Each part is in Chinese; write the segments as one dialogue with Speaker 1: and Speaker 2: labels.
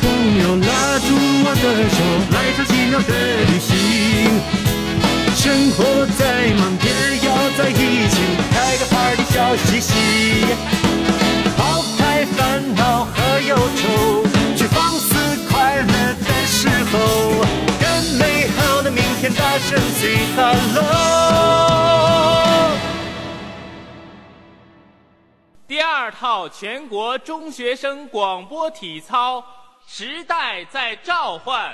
Speaker 1: 朋友拉住我的手，来场奇妙的旅行。生活再忙也要在一起，开个 party 笑嘻嘻，抛开烦恼和忧愁，去放肆快乐的时候，跟美好的明天大声 say hello。
Speaker 2: 第二套全国中学生广播体操《时代在召唤》。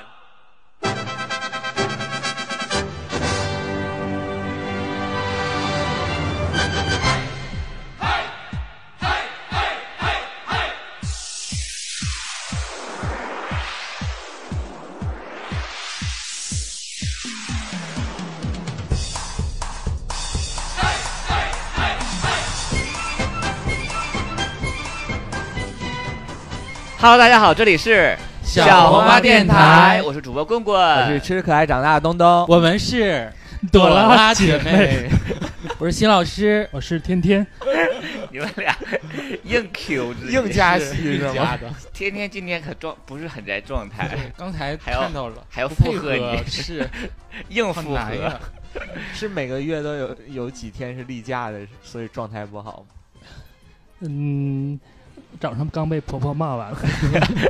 Speaker 3: Hello，大家好，这里是
Speaker 4: 小红花电台
Speaker 3: 我是主播棍棍，
Speaker 4: 我是吃可爱长大的东东，
Speaker 5: 我们是
Speaker 6: 朵
Speaker 5: 拉
Speaker 6: 拉姐
Speaker 5: 姐妹，我是新老师，
Speaker 6: 我是天天，
Speaker 3: 你们俩硬 Q 自己
Speaker 4: 硬加戏是吗？
Speaker 5: 加的。
Speaker 3: 天天今天可状不是很在状 态，
Speaker 5: 啊刚才
Speaker 3: 还要
Speaker 5: 看到了，
Speaker 3: 还要
Speaker 5: 不
Speaker 3: 附
Speaker 5: 配
Speaker 3: 和你，
Speaker 5: 是
Speaker 3: 硬
Speaker 5: 好
Speaker 3: 附
Speaker 5: 难
Speaker 3: 和
Speaker 5: 呀。
Speaker 4: 是每个月都有有几天是例假的，所以状态不好吗。
Speaker 6: 嗯，早上刚被婆婆骂完，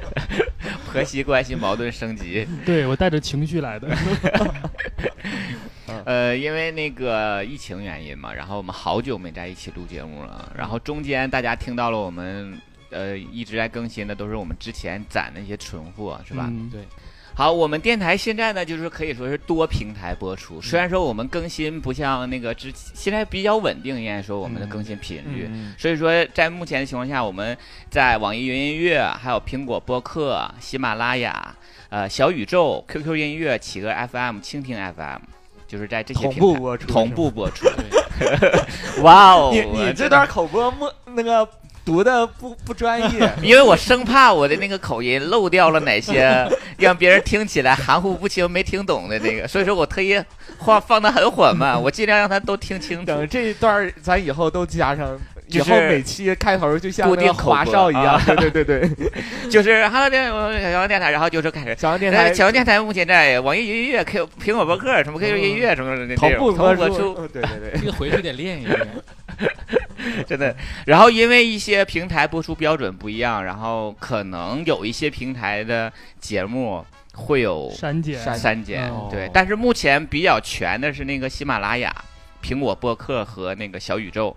Speaker 3: 婆媳关系矛盾升级。
Speaker 6: 对我带着情绪来的。
Speaker 4: 嗯
Speaker 3: 呃，因为那个疫情原因嘛，然后我们好久没在一起录节目
Speaker 4: 嗯
Speaker 3: 了。然后中间大家听到了我们呃一直在更新的都是我们之前攒的一些存货，是吧？
Speaker 6: 嗯
Speaker 5: 对，
Speaker 3: 好，我们电台现在呢，就是可以说是多平台播出。
Speaker 4: 嗯
Speaker 3: 虽然说我们更新不像那个之现在比较稳定，应该说我们的更新频率。
Speaker 4: 嗯，
Speaker 3: 所以说，在目前的情况下，我们在网易云音乐、还有苹果播客、喜马拉雅、呃小宇宙、QQ 音乐、企鹅 FM、蜻蜓 FM，就是在这些
Speaker 4: 同
Speaker 3: 平
Speaker 4: 步
Speaker 3: 台
Speaker 4: 播出，
Speaker 3: 同步播出。
Speaker 4: 哇
Speaker 3: 哦
Speaker 4: 你
Speaker 3: 我
Speaker 4: 你这
Speaker 3: 真的
Speaker 4: 段口播默那个读的不不专业
Speaker 3: ，因为我生怕我的那个口音漏掉了哪 些，让别人听起来含糊不清、没听懂的那个，所以说我特意话放的很缓慢，我尽量让他都听清楚。
Speaker 4: 等这一段儿咱以后都加上，以
Speaker 3: 就是
Speaker 4: 后每期开头就像
Speaker 3: 固
Speaker 4: 那个
Speaker 3: 定口播
Speaker 4: 华少一样
Speaker 3: 啊，
Speaker 4: 对对对对，
Speaker 3: 就是哈喽电小王电台，然后就是开始。
Speaker 4: 小杨电
Speaker 3: 那
Speaker 4: 台
Speaker 3: 哎小王电台目前在网易云音乐、Q 苹果播客、什么 QQ 音乐什么的，
Speaker 4: 同步
Speaker 3: 同步播
Speaker 4: 播
Speaker 3: 出，
Speaker 4: 嗯对对对，
Speaker 5: 这个回去得练一练。
Speaker 3: 真的。然后因为一些平台播出标准不一样，然后可能有一些平台的节目会有
Speaker 6: 珊姐，
Speaker 4: 删
Speaker 3: 删减，
Speaker 6: 哦
Speaker 3: 对。但是目前比较全的是那个喜马拉雅、苹果播客和那个小宇宙，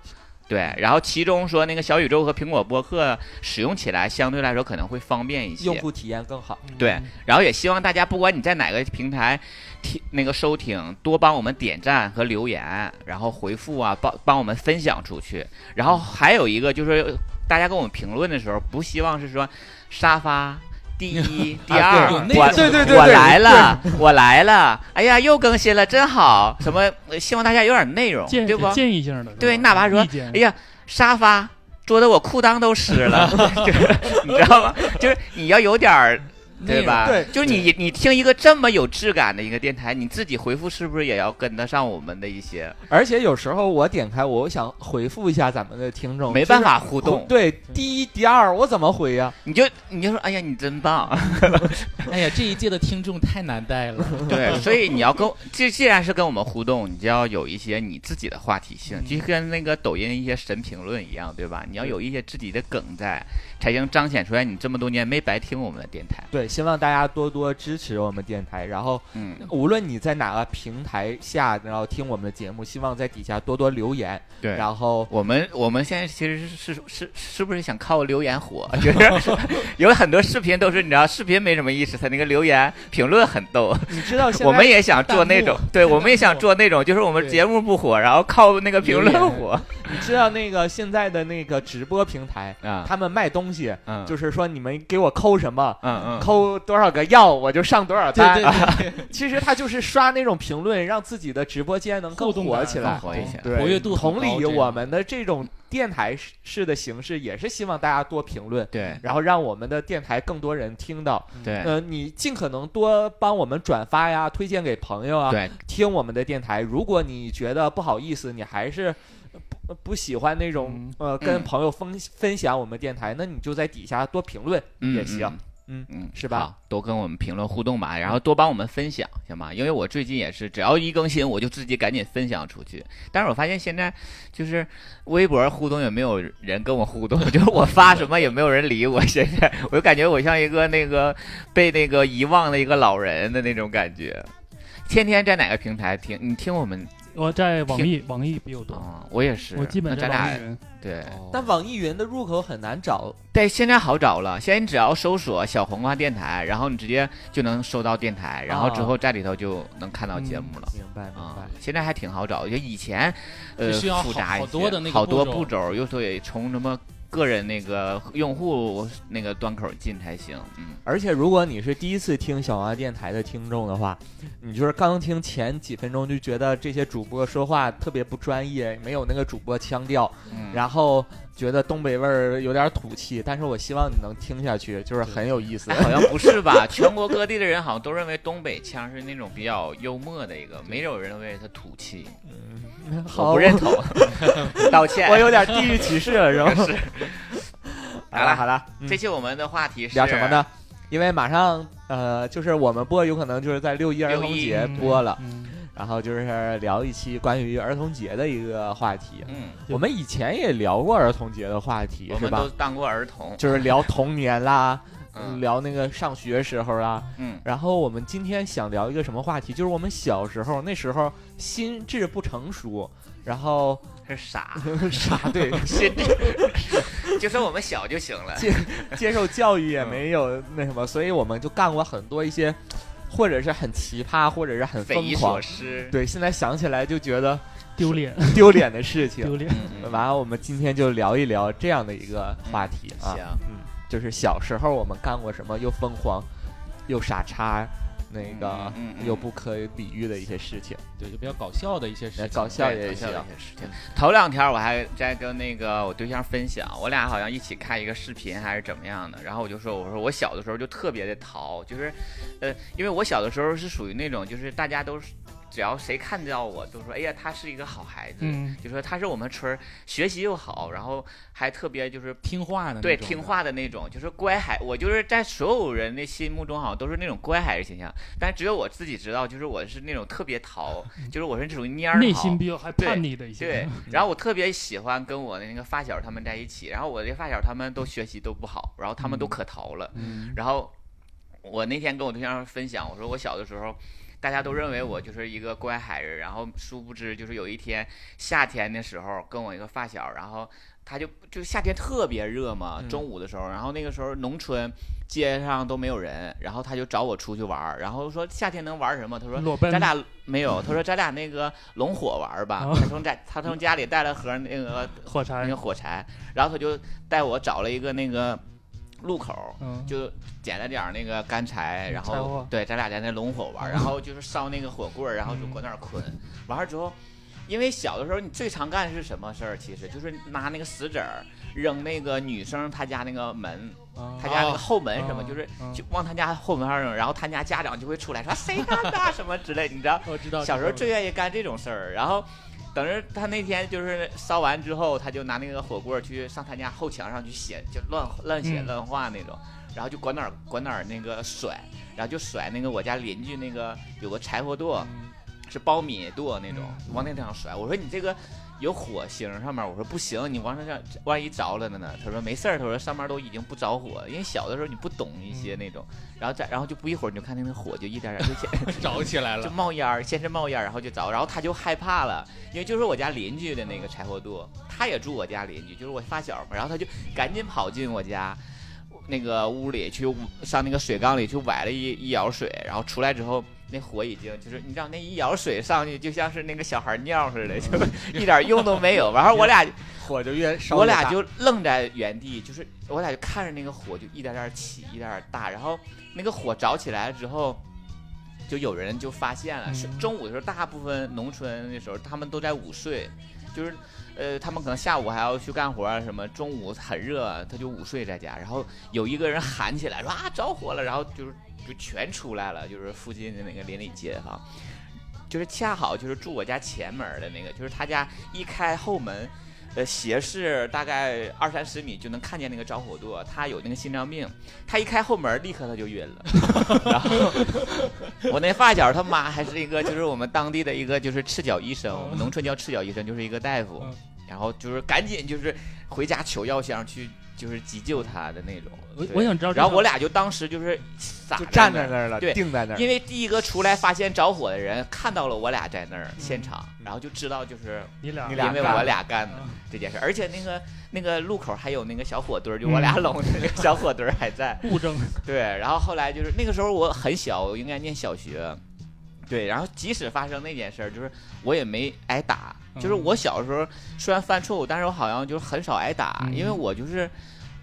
Speaker 3: 对。然后其中说那个小宇宙和苹果播客使用起来相对来说可能会方便一些，
Speaker 4: 用户体验更好。
Speaker 3: 对，然后也希望大家，不管你在哪个平台听那个收听，多帮我们点赞和留言，然后回复啊，帮帮我们分享出去。然后还有一个就是，大家跟我们评论的时候，不希望是说沙发。第 一、第二，
Speaker 5: 有那
Speaker 3: 我
Speaker 5: 种对
Speaker 4: 啊对对
Speaker 3: 我
Speaker 4: 对
Speaker 3: 来了，我来了，哎呀，又更新了，真好。什么？呃希望大家有点内容，
Speaker 6: 建
Speaker 3: 对不？
Speaker 6: 建议性的，
Speaker 3: 对纳巴说
Speaker 6: 意见
Speaker 3: 哎呀，沙发坐的我裤裆都湿了， 就是你知道吗？就是你要有点儿对吧？
Speaker 4: 对
Speaker 3: 就是你你听一个这么有质感的一个电台，你自己回复是不是也要跟得上我们的一些？
Speaker 4: 而且有时候我点开，我想回复一下咱们的听众，
Speaker 3: 没办法互
Speaker 4: 就是
Speaker 3: 动
Speaker 4: 互。，嗯对，第一、第二，我怎么回呀？
Speaker 3: 你就你就说，哎呀，你真 棒。
Speaker 5: 哎呀，这一届的听众太难 带了。
Speaker 3: 对，所以你要跟既既然是跟我们互动，你就要有一些你自己的话题
Speaker 4: 嗯
Speaker 3: 性，就跟那个抖音一些神评论一样，对吧？你要有一些自己的梗在，才能彰显出来你这么多年没白听我们的电台。
Speaker 4: 对，希望大家多多支持我们电台。然后，
Speaker 3: 嗯，
Speaker 4: 无论你在哪个平台下，然后听我们的节目，希望在底下多多留言。
Speaker 3: 对
Speaker 4: 然后
Speaker 3: 我们我们现在其实是是是是不是想靠留言火？就是有很多视频都是你知道，视频没什么意思，他那个留言评论很逗。
Speaker 4: 你知道现在
Speaker 3: 我们也想做那种
Speaker 5: 弹幕，
Speaker 3: 对，我们也想做那种，就是我们
Speaker 5: 对
Speaker 3: 节目不火，然后靠那个评论
Speaker 5: 留言
Speaker 3: 火
Speaker 4: 你知道那个现在的那个直播平台，
Speaker 3: 啊，
Speaker 4: 他们卖东西，
Speaker 3: 嗯，
Speaker 4: 就是说你们给我扣什么。
Speaker 3: 嗯嗯，
Speaker 4: 扣多少个药我就上多少
Speaker 5: 对
Speaker 4: 单，
Speaker 5: 对
Speaker 3: 啊
Speaker 5: 对，
Speaker 4: 其实他就是刷那种评论，让自己的直播间能更
Speaker 6: 互动感
Speaker 4: 火起
Speaker 3: 更
Speaker 4: 来。
Speaker 3: 火一些。
Speaker 4: 对
Speaker 5: 活跃度很
Speaker 4: 同
Speaker 5: 高
Speaker 4: 理，
Speaker 5: 这样
Speaker 4: 我们的这种电台式的形式也是希望大家多评论，
Speaker 3: 对
Speaker 4: 然后让我们的电台更多人听到。
Speaker 3: 对
Speaker 4: 呃，你尽可能多帮我们转发呀，推荐给朋友啊，
Speaker 3: 对，
Speaker 4: 听我们的电台。如果你觉得不好意思，你还是不不喜欢那种、呃跟
Speaker 3: 嗯
Speaker 4: 朋友分分享我们电台，那你就在底下多评论
Speaker 3: 嗯
Speaker 4: 也行。
Speaker 3: 嗯
Speaker 4: 嗯
Speaker 3: 嗯，
Speaker 4: 是吧
Speaker 3: 好？多跟我们评论互动吧，然后多帮我们分享，行吗？因为我最近也是，只要一更新，我就自己赶紧分享出去。但是我发现现在就是微博互动也没有人跟我互动， 就是我发什么也没有人理我。现在我就感觉我像一个那个被那个遗忘的一个老人的那种感觉。天天在哪个平台听？你听我们
Speaker 6: 我在网易，网易比较多，
Speaker 3: 啊、我也是。
Speaker 6: 我基本
Speaker 3: 那咱
Speaker 6: 在网易
Speaker 3: 俩
Speaker 6: 云。
Speaker 3: 对，
Speaker 4: 但网易云的入口很难找，
Speaker 3: 但现在好找了，现在你只要搜索“小黄瓜电台”，然后你直接就能搜到电台，
Speaker 5: 哦
Speaker 3: 然后之后在里头就能看到节目了。
Speaker 4: 明白
Speaker 5: 嗯
Speaker 4: 明
Speaker 3: 啊、
Speaker 4: 白。
Speaker 3: 现在还挺好找，就以前，呃，
Speaker 5: 就需要好
Speaker 3: 复杂一些
Speaker 5: 好多的那个
Speaker 3: 好多
Speaker 5: 步骤
Speaker 3: 步骤，又得从什么个人那个用户那个端口进才行。嗯，
Speaker 4: 而且如果你是第一次听小王电台的听众的话，你就是刚听前几分钟就觉得这些主播说话特别不专业，没有那个主播腔调，
Speaker 3: 嗯
Speaker 4: 然后觉得东北味儿有点土气。但是我希望你能听下去，就是很有意 思
Speaker 3: 哎。好像不是吧？全国各地的人好像都认为东北腔是那种比较幽默的一个，没有人认为它土气。 我不认同， 道歉。
Speaker 4: 我有点地域歧视了，是 吗？
Speaker 3: 是。
Speaker 4: 好了好了，嗯
Speaker 3: 这期我们的话题是
Speaker 4: 聊什么？呢？因为马上呃，就是我们播有可能就是在六一儿童节
Speaker 6: 嗯
Speaker 4: 播了，
Speaker 6: 嗯
Speaker 4: 然后就是聊一期关于儿童节的一个话题。
Speaker 3: 嗯，
Speaker 4: 我们以前也聊过儿童节的话题
Speaker 3: 我，
Speaker 4: 是
Speaker 3: 们
Speaker 4: 吧
Speaker 3: 都？当过儿童。
Speaker 4: 就是聊童年啦，
Speaker 3: 嗯
Speaker 4: 聊那个上学时候啊。
Speaker 3: 嗯，
Speaker 4: 然后我们今天想聊一个什么话题？就是我们小时候那时候心智不成熟，然 后
Speaker 3: 是 傻，
Speaker 4: 啥对
Speaker 3: 心智，就说我们小就行了。
Speaker 4: 接接受教育也没有那什么，所以我们就干过很多一些，或者是很奇葩，或者是很
Speaker 3: 匪
Speaker 4: 疯
Speaker 3: 夷
Speaker 4: 狂
Speaker 3: 所。 思。
Speaker 4: 对，现在想起来就觉得
Speaker 6: 丢脸，
Speaker 4: 丢脸的事情。
Speaker 6: 丢脸。
Speaker 3: 嗯，嗯
Speaker 4: 完了，我们今天就聊一聊这样的一个话题啊，
Speaker 3: 行，
Speaker 4: 嗯，就是小时候我们干过什么又疯狂又傻叉，那个
Speaker 3: 嗯嗯嗯
Speaker 4: 又不可理喻的一些事情，
Speaker 5: 对，就比较搞笑的一些事情。
Speaker 4: 搞笑
Speaker 3: 对
Speaker 4: 也
Speaker 3: 搞笑
Speaker 4: 行
Speaker 3: 的。一些事情。头两天我还在跟那个我对象分享，我俩好像一起看一个视频还是怎么样的，然后我就说，我说我小的时候就特别的淘，就是，呃，因为我小的时候是属于那种，就是大家都是只要谁看到我都说，哎呀，他是一个好孩子，
Speaker 6: 嗯，
Speaker 3: 就说他是我们村儿学习又好，然后还特别就是
Speaker 5: 听话的那种
Speaker 3: 对
Speaker 5: 的，
Speaker 3: 听话的那种，就是乖孩。我就是在所有人的心目中好像都是那种乖孩子形象，但只有我自己知道，就是我是那种特别 淘，就是我是这种蔫儿淘
Speaker 6: 内心比较还叛逆的一些，
Speaker 3: 对，然后我特别喜欢跟我的那个发小他们在一起，然后我的发小他们都学习都不好，然后他们
Speaker 6: 嗯
Speaker 3: 都可淘了，然后我那天跟我对象分享，我说我小的时候。大家都认为我就是一个乖孩子，然后殊不知就是有一天夏天的时候，跟我一个发小，然后他就就夏天特别热嘛，
Speaker 4: 嗯
Speaker 3: 中午的时候，然后那个时候农村街上都没有人，然后他就找我出去玩儿，然后说夏天能玩什么？他说
Speaker 6: 裸奔
Speaker 3: 咱俩没有，他说咱俩那个龙火玩儿吧
Speaker 6: 啊。
Speaker 3: 他从家他从家里带了盒那个
Speaker 6: 火
Speaker 3: 那
Speaker 6: 柴
Speaker 3: 个，火柴，然后他就带我找了一个那个路口，
Speaker 6: 嗯，
Speaker 3: 就捡了点儿那个干柴，然
Speaker 6: 柴
Speaker 3: 后
Speaker 6: 火嗯
Speaker 3: 对，咱俩在那龙火玩儿，然后就是烧那个火棍儿，然后就搁那儿捆。完了之后，因为小的时候你最常干的是什么事儿？其实就是拿那个石子儿扔那个女生她家那个门，他家那个后门什么，
Speaker 6: 哦
Speaker 3: 就是
Speaker 6: 嗯
Speaker 3: 就往他家后门上扔，然后他家家长就会出来说谁干的什么之类，你知道，
Speaker 5: 我知道
Speaker 3: 小时候最愿意干这种事儿。然后等着他那天就是烧完之后，他就拿那个火棍儿去上他家后墙上去写，就乱乱写
Speaker 6: 嗯
Speaker 3: 乱画那种，然后就管哪儿管哪儿那个甩，然后就甩那个我家邻居那个有个柴火垛，
Speaker 5: 嗯
Speaker 3: 是苞米垛那种，往那地上甩。我说你这个。有火星上面，我说不行，你往那上万一着了呢？他说没事儿，他说上面都已经不着火，因为小的时候你不懂一
Speaker 5: 嗯
Speaker 3: 些那种，然后再然后就不一会儿你就看那个火就一点点就起
Speaker 5: 找起来
Speaker 3: 就
Speaker 5: 了，
Speaker 3: 冒烟儿，先是冒烟儿，然后就着，然后他就害怕了，因为就是我家邻居的那个柴火垛，他也住我家邻居，就是我发小嘛，然后他就赶紧跑进我家那个屋里去上那个水缸里去崴了一一舀水，然后出来之后。那火已经就是你知道那一舀水上去就像是那个小孩尿似的，就一点用都没有。然后我 俩
Speaker 4: 火就越烧
Speaker 3: 我
Speaker 4: 越
Speaker 3: 俩
Speaker 4: 大
Speaker 3: 就愣在原地，就是我俩就看着那个火就一点点起，一点点大，然后那个火着起来了之后，就有人就发现了，是
Speaker 6: 嗯
Speaker 3: 中午的时候，大部分农村那时候他们都在午睡，就是。呃，他们可能下午还要去干活啊，什么中午很热，他就午睡在家。然后有一个人喊起来说啊着火了，然后就是就全出来了，就是附近的那个邻里街坊，就是恰好就是住我家前门的那个，就是他家一开后门，呃斜视大概二三十米就能看见那个着火垛，他有那个心脏病，他一开后门立刻他就晕了。 然后我那发小他妈还是一个就是我们当地的一个就是赤脚医生，我们农村叫赤脚医生，就是一个大夫
Speaker 5: 嗯，
Speaker 3: 然后就是赶紧就是回家求药箱去就是急救他的那种。
Speaker 6: 我
Speaker 3: 对
Speaker 6: 我想知道这个，
Speaker 3: 然后我俩就当时就是傻
Speaker 4: 就站
Speaker 3: 在
Speaker 4: 在那儿了，
Speaker 3: 对
Speaker 4: 定在那儿
Speaker 3: 因。为第一个出来发现着火的人看到了我俩在那儿现场，然后就知道就是
Speaker 6: 你俩
Speaker 4: 你
Speaker 3: 因为
Speaker 4: 干
Speaker 3: 我
Speaker 4: 的
Speaker 3: 俩干的这件事，而且那个那个路口还有那个小火堆儿，
Speaker 4: 嗯
Speaker 3: 就我俩拢的那个小火堆儿还在。
Speaker 6: 物证，
Speaker 5: 哎
Speaker 3: 对，然后后来就是那个时候我很小，我应该念小学。对，然后即使发生那件事儿，就是我也没挨打。就是我小时候虽然犯错误，但是我好像就是很少挨打，
Speaker 5: 嗯
Speaker 3: 因为我就是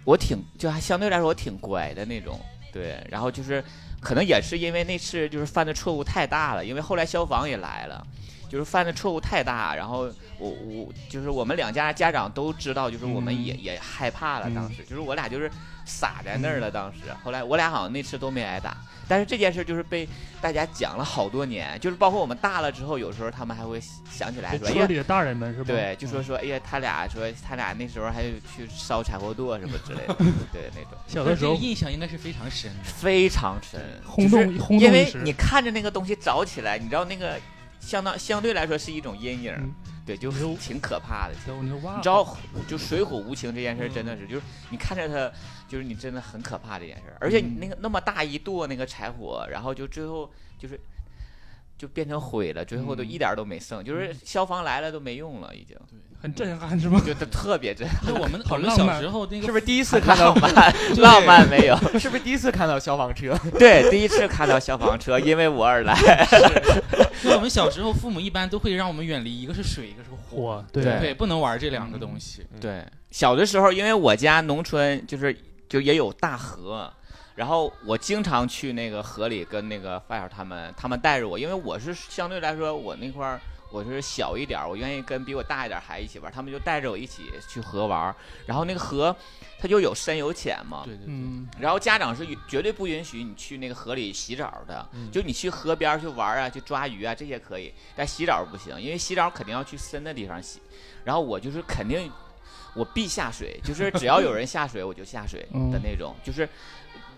Speaker 3: 我挺就还相对来说我挺乖的那种。对，然后就是可能也是因为那次就是犯的错误太大了，因为后来消防也来了。就是犯的错误太大，然后我我就是我们两家家长都知道，就是我们
Speaker 5: 嗯
Speaker 3: 也、也害怕了。
Speaker 5: 嗯
Speaker 3: 当时、就是我俩就是傻在那儿
Speaker 6: 嗯
Speaker 3: 了。当时后来我俩好像那次都没挨打，但是这件事就是被大家讲了好多年，就是包括我们大了之后，有时候他们还会想起来说，哎
Speaker 6: 村
Speaker 3: 呀，
Speaker 6: 里的大人们是吧？
Speaker 3: 对，就说
Speaker 6: 嗯
Speaker 3: 说，哎呀，他俩说他俩那时候还去烧柴火垛什么之类 的，对那种
Speaker 6: 小的时候
Speaker 5: 这个印象应该是非常深 的。
Speaker 3: 非常深，
Speaker 6: 轰动
Speaker 3: 就是
Speaker 6: 轰动
Speaker 3: 因为
Speaker 6: 一时
Speaker 3: 你看着那个东西着起来，你知道那个相当相对来说是一种阴影，
Speaker 6: 嗯
Speaker 3: 对，就
Speaker 6: 哎呦
Speaker 3: 挺可怕的。
Speaker 6: 小牛
Speaker 5: 啊
Speaker 6: 蛙，
Speaker 3: 你知道，就水火无情这件事儿真
Speaker 5: 嗯
Speaker 3: 的是，就是你看着它，就是你真的很可怕这件事儿。而且
Speaker 5: 嗯
Speaker 3: 你那个那么大一垛那个柴火，然后就最后就是就变成灰了，最后
Speaker 5: 嗯
Speaker 3: 都一点儿都没剩，就是消防来了都没用了，已经
Speaker 6: 很震撼是吗？
Speaker 3: 就它特别真，
Speaker 5: 就我们
Speaker 6: 好
Speaker 5: 我们
Speaker 6: 浪
Speaker 5: 小
Speaker 6: 漫
Speaker 5: 时候那个
Speaker 4: 是不是第一次看到？
Speaker 5: 就是
Speaker 3: 浪漫没有。
Speaker 4: 是不是第一次看到消防车？
Speaker 3: 对，第一次看到消防车，因为我而来。
Speaker 5: 就我们小时候，父母一般都会让我们远离，一个是水，一个是火，
Speaker 6: 火，对
Speaker 3: 对
Speaker 5: 对，不能玩这两个东西。
Speaker 3: 对，小的时候，因为我家农村就是就也有大河，然后我经常去那个河里跟那个发小他们，他们带着我，因为我是相对来说我那块儿我是小一点儿，我愿意跟比我大一点儿孩子一起玩，他们就带着我一起去河玩儿，然后那个河它就有深有浅嘛，
Speaker 5: 对对对，
Speaker 6: 嗯，
Speaker 3: 然后家长是允绝对不允许你去那个河里洗澡的，
Speaker 4: 嗯
Speaker 3: 就你去河边儿去玩儿啊，去抓鱼啊这些可以，但洗澡不行，因为洗澡肯定要去深的地方洗。然后我就是肯定我必下水，就是只要有人下水我就下水的那种，就是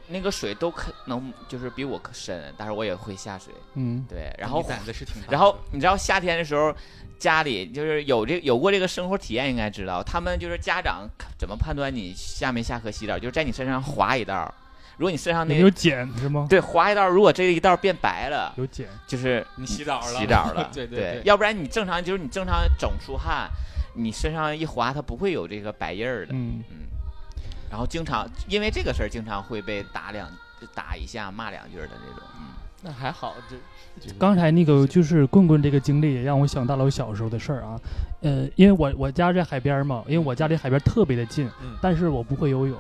Speaker 3: 那个水都可能就是比我可深，但是我也会下水。
Speaker 6: 嗯，
Speaker 3: 对，然后
Speaker 5: 你胆子是挺大的。
Speaker 3: 然后你知道夏天的时候，家里就是有这有过这个生活体验，应该知道他们就是家长怎么判断你下没下河洗澡，就是在你身上划一道儿，如果你身上
Speaker 6: 有
Speaker 3: 那
Speaker 6: 没有碱是吗？
Speaker 3: 对划一道儿，如果这一道儿变白了，
Speaker 6: 有碱，
Speaker 3: 就是
Speaker 5: 你洗澡了，，
Speaker 3: 洗澡了
Speaker 5: 对
Speaker 3: 对
Speaker 5: 对，
Speaker 3: 要不然你正常就是你正常整出汗，你身上一划它不会有这个白印儿的，
Speaker 6: 嗯，
Speaker 3: 嗯，然后经常因为这个事儿经常会被打两打一下骂两句儿的那种，嗯。
Speaker 4: 那还好，这
Speaker 6: 刚才那个就是棍棍这个经历，也让我想到了我小时候的事儿啊。呃，因为我我家在海边儿嘛，因为我家离海边儿特别的近，
Speaker 4: 嗯
Speaker 6: 但是我不会游泳。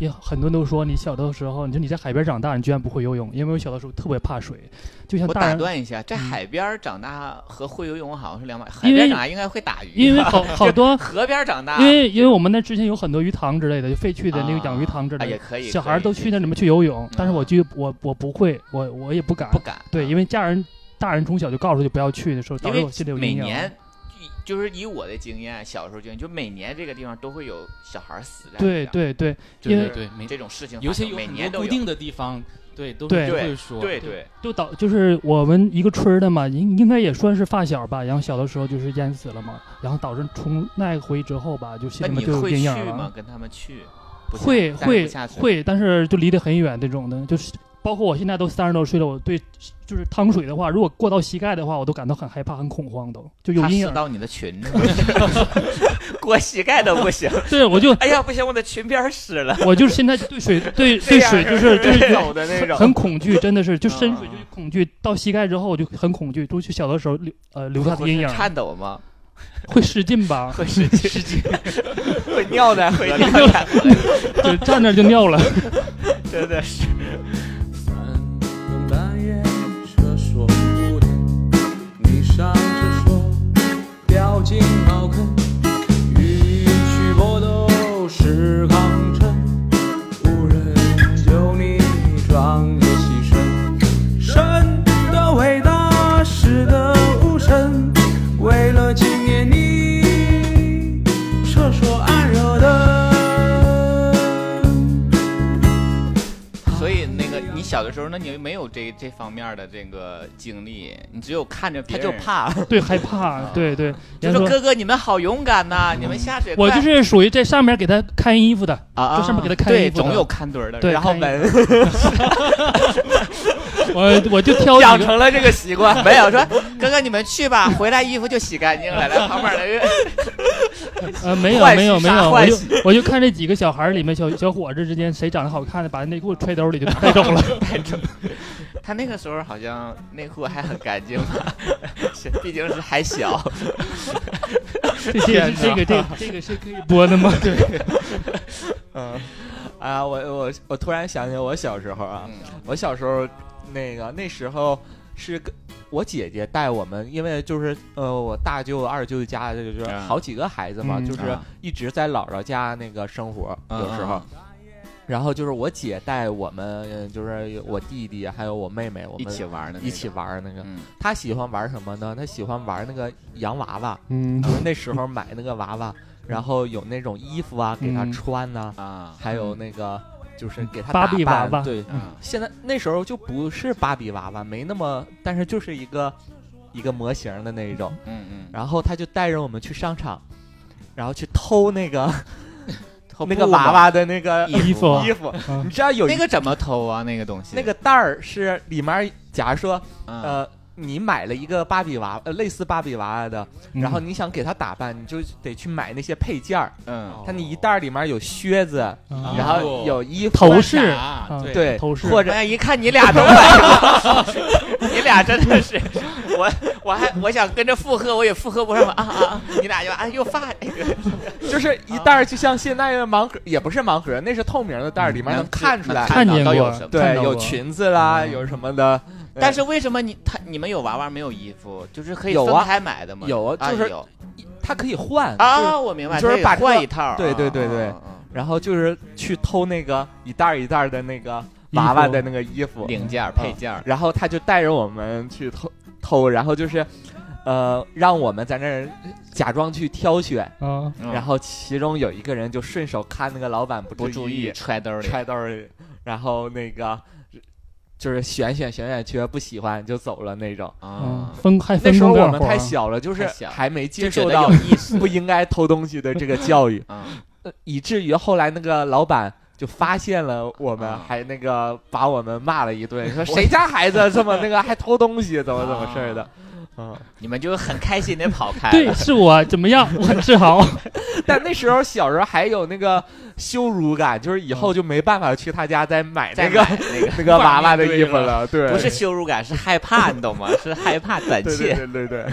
Speaker 6: 也很多人都说你小的时候，你说你在海边长大，你居然不会游泳，因为我小的时候特别怕水，就像
Speaker 3: 我
Speaker 6: 大
Speaker 3: 打
Speaker 6: 人，
Speaker 3: 断一下，在
Speaker 6: 嗯
Speaker 3: 海边儿长大和会游泳好像是两码。海
Speaker 6: 因为
Speaker 3: 边长大应该会打鱼，
Speaker 6: 因为 好好多，
Speaker 3: 河边长大，
Speaker 6: 因为因为我们那之前有很多鱼塘之类的，就废弃的那个养鱼塘之
Speaker 3: 啊嗯
Speaker 6: 类
Speaker 3: 也
Speaker 6: 的，
Speaker 3: 可以，
Speaker 6: 小孩儿都去那里面去游泳，但是我就我我不会，我我也不敢
Speaker 3: 嗯不，敢，啊
Speaker 6: 对，因为家人大人从小就告诉就不要去的时候，导
Speaker 3: 因
Speaker 6: 致
Speaker 3: 为
Speaker 6: 我心里有
Speaker 3: 每
Speaker 6: 阴影。
Speaker 3: 年。就是以我的经验，小时候经验，就每年这个地方都会有小孩儿死在
Speaker 6: 对
Speaker 3: 这样
Speaker 6: 对对，
Speaker 5: 对
Speaker 6: 因为
Speaker 5: 对对，没，
Speaker 3: 这种事情发生，
Speaker 5: 尤其有
Speaker 3: 每
Speaker 5: 很
Speaker 3: 年
Speaker 5: 多
Speaker 3: 都
Speaker 5: 固
Speaker 3: 有
Speaker 5: 定的地方，对，都
Speaker 6: 对
Speaker 5: 是会说，
Speaker 3: 对对，
Speaker 6: 就导就是我们一个村儿的嘛，应应该也算是发小吧。然后小的时候就是淹死了嘛，然后导致从那回之后吧，就心
Speaker 3: 那
Speaker 6: 里
Speaker 3: 你
Speaker 6: 面就有
Speaker 3: 会去
Speaker 6: 阴影
Speaker 3: 吗
Speaker 6: 了？。
Speaker 3: 跟他们去？不下
Speaker 6: 会
Speaker 3: 但是
Speaker 6: 会
Speaker 3: 不下水
Speaker 6: 会，但是就离得很远这种的，就是包括我现在都三十多岁了，我对就是汤水的话，如果过到膝盖的话，我都感到很害怕、很恐慌都，就有
Speaker 3: 他
Speaker 6: 阴
Speaker 3: 撕
Speaker 6: 影。
Speaker 3: 到你的裙子， 裹膝盖都不行。
Speaker 6: 对，我就
Speaker 3: 哎呀，不行，我的裙边儿湿了，
Speaker 6: 我就是现在对水 对
Speaker 3: 这
Speaker 6: 对
Speaker 3: 样
Speaker 6: 水就是就是
Speaker 3: 这种的那种。
Speaker 6: 很恐惧，真的是就深水
Speaker 3: 嗯
Speaker 6: 就是恐惧，到膝盖之后我就很恐惧，都是小的时候留呃留下的
Speaker 3: 会
Speaker 6: 阴影，
Speaker 3: 颤抖 吗？
Speaker 6: 会失禁吧，
Speaker 3: 会使劲，使劲，会尿在 河里，
Speaker 6: 就 站那儿就尿了。
Speaker 3: 真的是。
Speaker 7: 三更半夜，车说五点，你上车说掉进茅坑，与其搏斗是抗争，无人救你壮烈牺牲。神的伟大，诗的无声，为了纪念你，成
Speaker 3: 所以那个你小的时候，那你没有这这方面的这个经历，你只有看着别
Speaker 4: 他
Speaker 3: 人
Speaker 4: 就，怕，
Speaker 6: 对，害怕，对对。
Speaker 3: 啊就
Speaker 6: 人家
Speaker 3: 说
Speaker 6: 说，嗯
Speaker 3: 哥哥你们好勇敢呐，你们下水快，
Speaker 6: 我就是属于在上面给他看衣服的，
Speaker 3: 啊，
Speaker 6: 就上面给他看
Speaker 3: 对，
Speaker 6: 衣服的
Speaker 3: 总有看墩儿的，
Speaker 6: 对
Speaker 3: 然后
Speaker 6: 看衣
Speaker 3: 闻，
Speaker 6: 我我就挑
Speaker 3: 养
Speaker 6: 几个，
Speaker 3: 成了这个 习惯。没有说哥哥你们去吧，回来衣服就洗干净了，来旁边来个
Speaker 6: 呃，没有
Speaker 3: 换洗
Speaker 6: 没有没
Speaker 3: 啥
Speaker 6: 有，我
Speaker 3: 换
Speaker 6: 就
Speaker 3: 洗
Speaker 6: 我就看这几个小孩儿里面小小伙子之间谁长得好看的，把内裤揣兜里就带 走了。
Speaker 3: 他那个时候好像内裤还很干净吧， 是毕竟是还小。
Speaker 6: 这这是这个这个这个是可以播的吗？ 对，
Speaker 4: 嗯，啊，我我我突然想起我小时候啊，
Speaker 3: 嗯
Speaker 4: 我小时候那个那时候是跟我姐姐带我们，因为就是呃我大舅二舅家就是
Speaker 3: 啊
Speaker 4: 好几个孩子嘛，
Speaker 6: 嗯
Speaker 4: 就是
Speaker 3: 啊
Speaker 4: 一直在姥姥家那个生活，
Speaker 3: 嗯
Speaker 4: 有时候。然后就是我姐带我们，呃就是我弟弟还有我妹妹，我
Speaker 3: 一
Speaker 4: 们
Speaker 3: 起玩的，
Speaker 4: 一起。玩儿那个。
Speaker 3: 嗯，
Speaker 4: 她喜欢玩什么呢？她喜欢玩那个洋娃 娃，
Speaker 6: 嗯
Speaker 4: 就，是那时候买那个娃娃，然后有那种衣服啊给她
Speaker 6: 嗯
Speaker 4: 穿呐、
Speaker 3: 啊
Speaker 4: 还有那个就是给他
Speaker 6: 芭比
Speaker 4: 打扮
Speaker 6: 娃娃
Speaker 4: 对，
Speaker 3: 啊
Speaker 4: 现在那时候就不是芭比娃娃，没那么，但是就是一个一个模型的那一种。
Speaker 3: 嗯嗯，
Speaker 4: 然后他就带着我们去商场，然后去偷那个
Speaker 3: 偷
Speaker 4: 那个
Speaker 3: 布
Speaker 4: 娃
Speaker 3: 吗
Speaker 4: 娃的那个
Speaker 6: 衣服
Speaker 4: 呃衣服
Speaker 6: 嗯。
Speaker 4: 你知道有一
Speaker 3: 那个怎么偷啊？那个东西
Speaker 4: 那个袋儿是里面，假如说
Speaker 6: 嗯
Speaker 3: 呃，
Speaker 4: 呃。你买了一个芭比娃，呃，类似芭比娃娃的，然后
Speaker 6: 嗯
Speaker 4: 你想给它打扮，你就得去买那些配件儿。
Speaker 3: 嗯，
Speaker 6: 哦
Speaker 4: 它那一袋儿里面有靴子，
Speaker 6: 啊
Speaker 4: 然后有衣服，
Speaker 6: 头饰
Speaker 5: 啊
Speaker 6: 啊
Speaker 4: 对，
Speaker 6: 头饰
Speaker 4: 或者
Speaker 3: 哎，一看你俩都买了， 你俩真的是，我我还我想跟着附和，我也附和不上了啊啊！啊你俩就啊又发这个，
Speaker 4: 就是一袋
Speaker 6: 啊
Speaker 4: 儿，就像现在的盲盒，也不是盲盒，那是透明的袋儿，里面能看出来
Speaker 3: 能，
Speaker 6: 嗯
Speaker 3: 看
Speaker 6: 看见
Speaker 3: 到
Speaker 6: 过
Speaker 3: 有什么。
Speaker 6: 看
Speaker 4: 对，
Speaker 6: 到过
Speaker 4: 有裙子啦，
Speaker 6: 嗯
Speaker 4: 有什么的，
Speaker 3: 但是为什么你他你们有娃娃没有衣服？就是可以
Speaker 4: 有
Speaker 3: 分
Speaker 4: 啊
Speaker 3: 开买的吗？
Speaker 4: 有啊
Speaker 3: 啊，
Speaker 4: 就是
Speaker 3: 有
Speaker 4: 它可以换就是
Speaker 3: 啊，我明白，
Speaker 4: 就是
Speaker 3: 可以
Speaker 4: 把这个
Speaker 3: 换一套啊。
Speaker 4: 对对对对
Speaker 3: 啊啊
Speaker 4: 然后就是去偷那个一袋儿一袋儿的那个娃娃的那个衣
Speaker 3: 啊
Speaker 4: 服，
Speaker 3: 零件儿配件儿
Speaker 4: 然后他就带着我们去偷偷，然后就是。呃，让我们在那儿假装去挑选，
Speaker 6: 啊，
Speaker 3: 嗯
Speaker 4: 然后其中有一个人就顺手看那个老板不
Speaker 3: 不注意揣兜里。
Speaker 4: 揣兜里，然后那个就是选选选选缺，不喜欢就走了那种。
Speaker 6: 嗯
Speaker 3: 啊，，
Speaker 6: 分还
Speaker 4: 那
Speaker 6: 分
Speaker 4: 时
Speaker 6: 工
Speaker 4: 候我
Speaker 6: 干活
Speaker 4: 们
Speaker 6: 儿
Speaker 4: 太
Speaker 6: 啊，
Speaker 4: 小了，就是
Speaker 3: 太小
Speaker 4: 还没接
Speaker 3: 就觉
Speaker 4: 受
Speaker 3: 得
Speaker 4: 到
Speaker 3: 有意思，
Speaker 4: 不应该偷东西的这个教育
Speaker 3: 啊，
Speaker 4: 呃以至于后来那个老板。就发现了我们，
Speaker 3: 啊
Speaker 4: 还那个把我们骂了一顿，说谁家孩子这么那个还偷东西，怎么怎么事
Speaker 3: 啊
Speaker 4: 儿的，嗯。
Speaker 3: 你们就很开心的跑开了。
Speaker 6: 对，是我怎么样，我 很自豪。
Speaker 4: 但那时候小时候还有那个羞辱感，就是以后就没办法去他家再买
Speaker 3: 嗯
Speaker 4: 那
Speaker 3: 再
Speaker 4: 个
Speaker 3: 买那个
Speaker 4: 那个娃娃的衣服
Speaker 5: 面对
Speaker 4: 了，对，
Speaker 3: 不是羞辱感，是害怕，你 懂吗？是害怕胆
Speaker 4: 对对
Speaker 3: 怯。
Speaker 4: 对对对，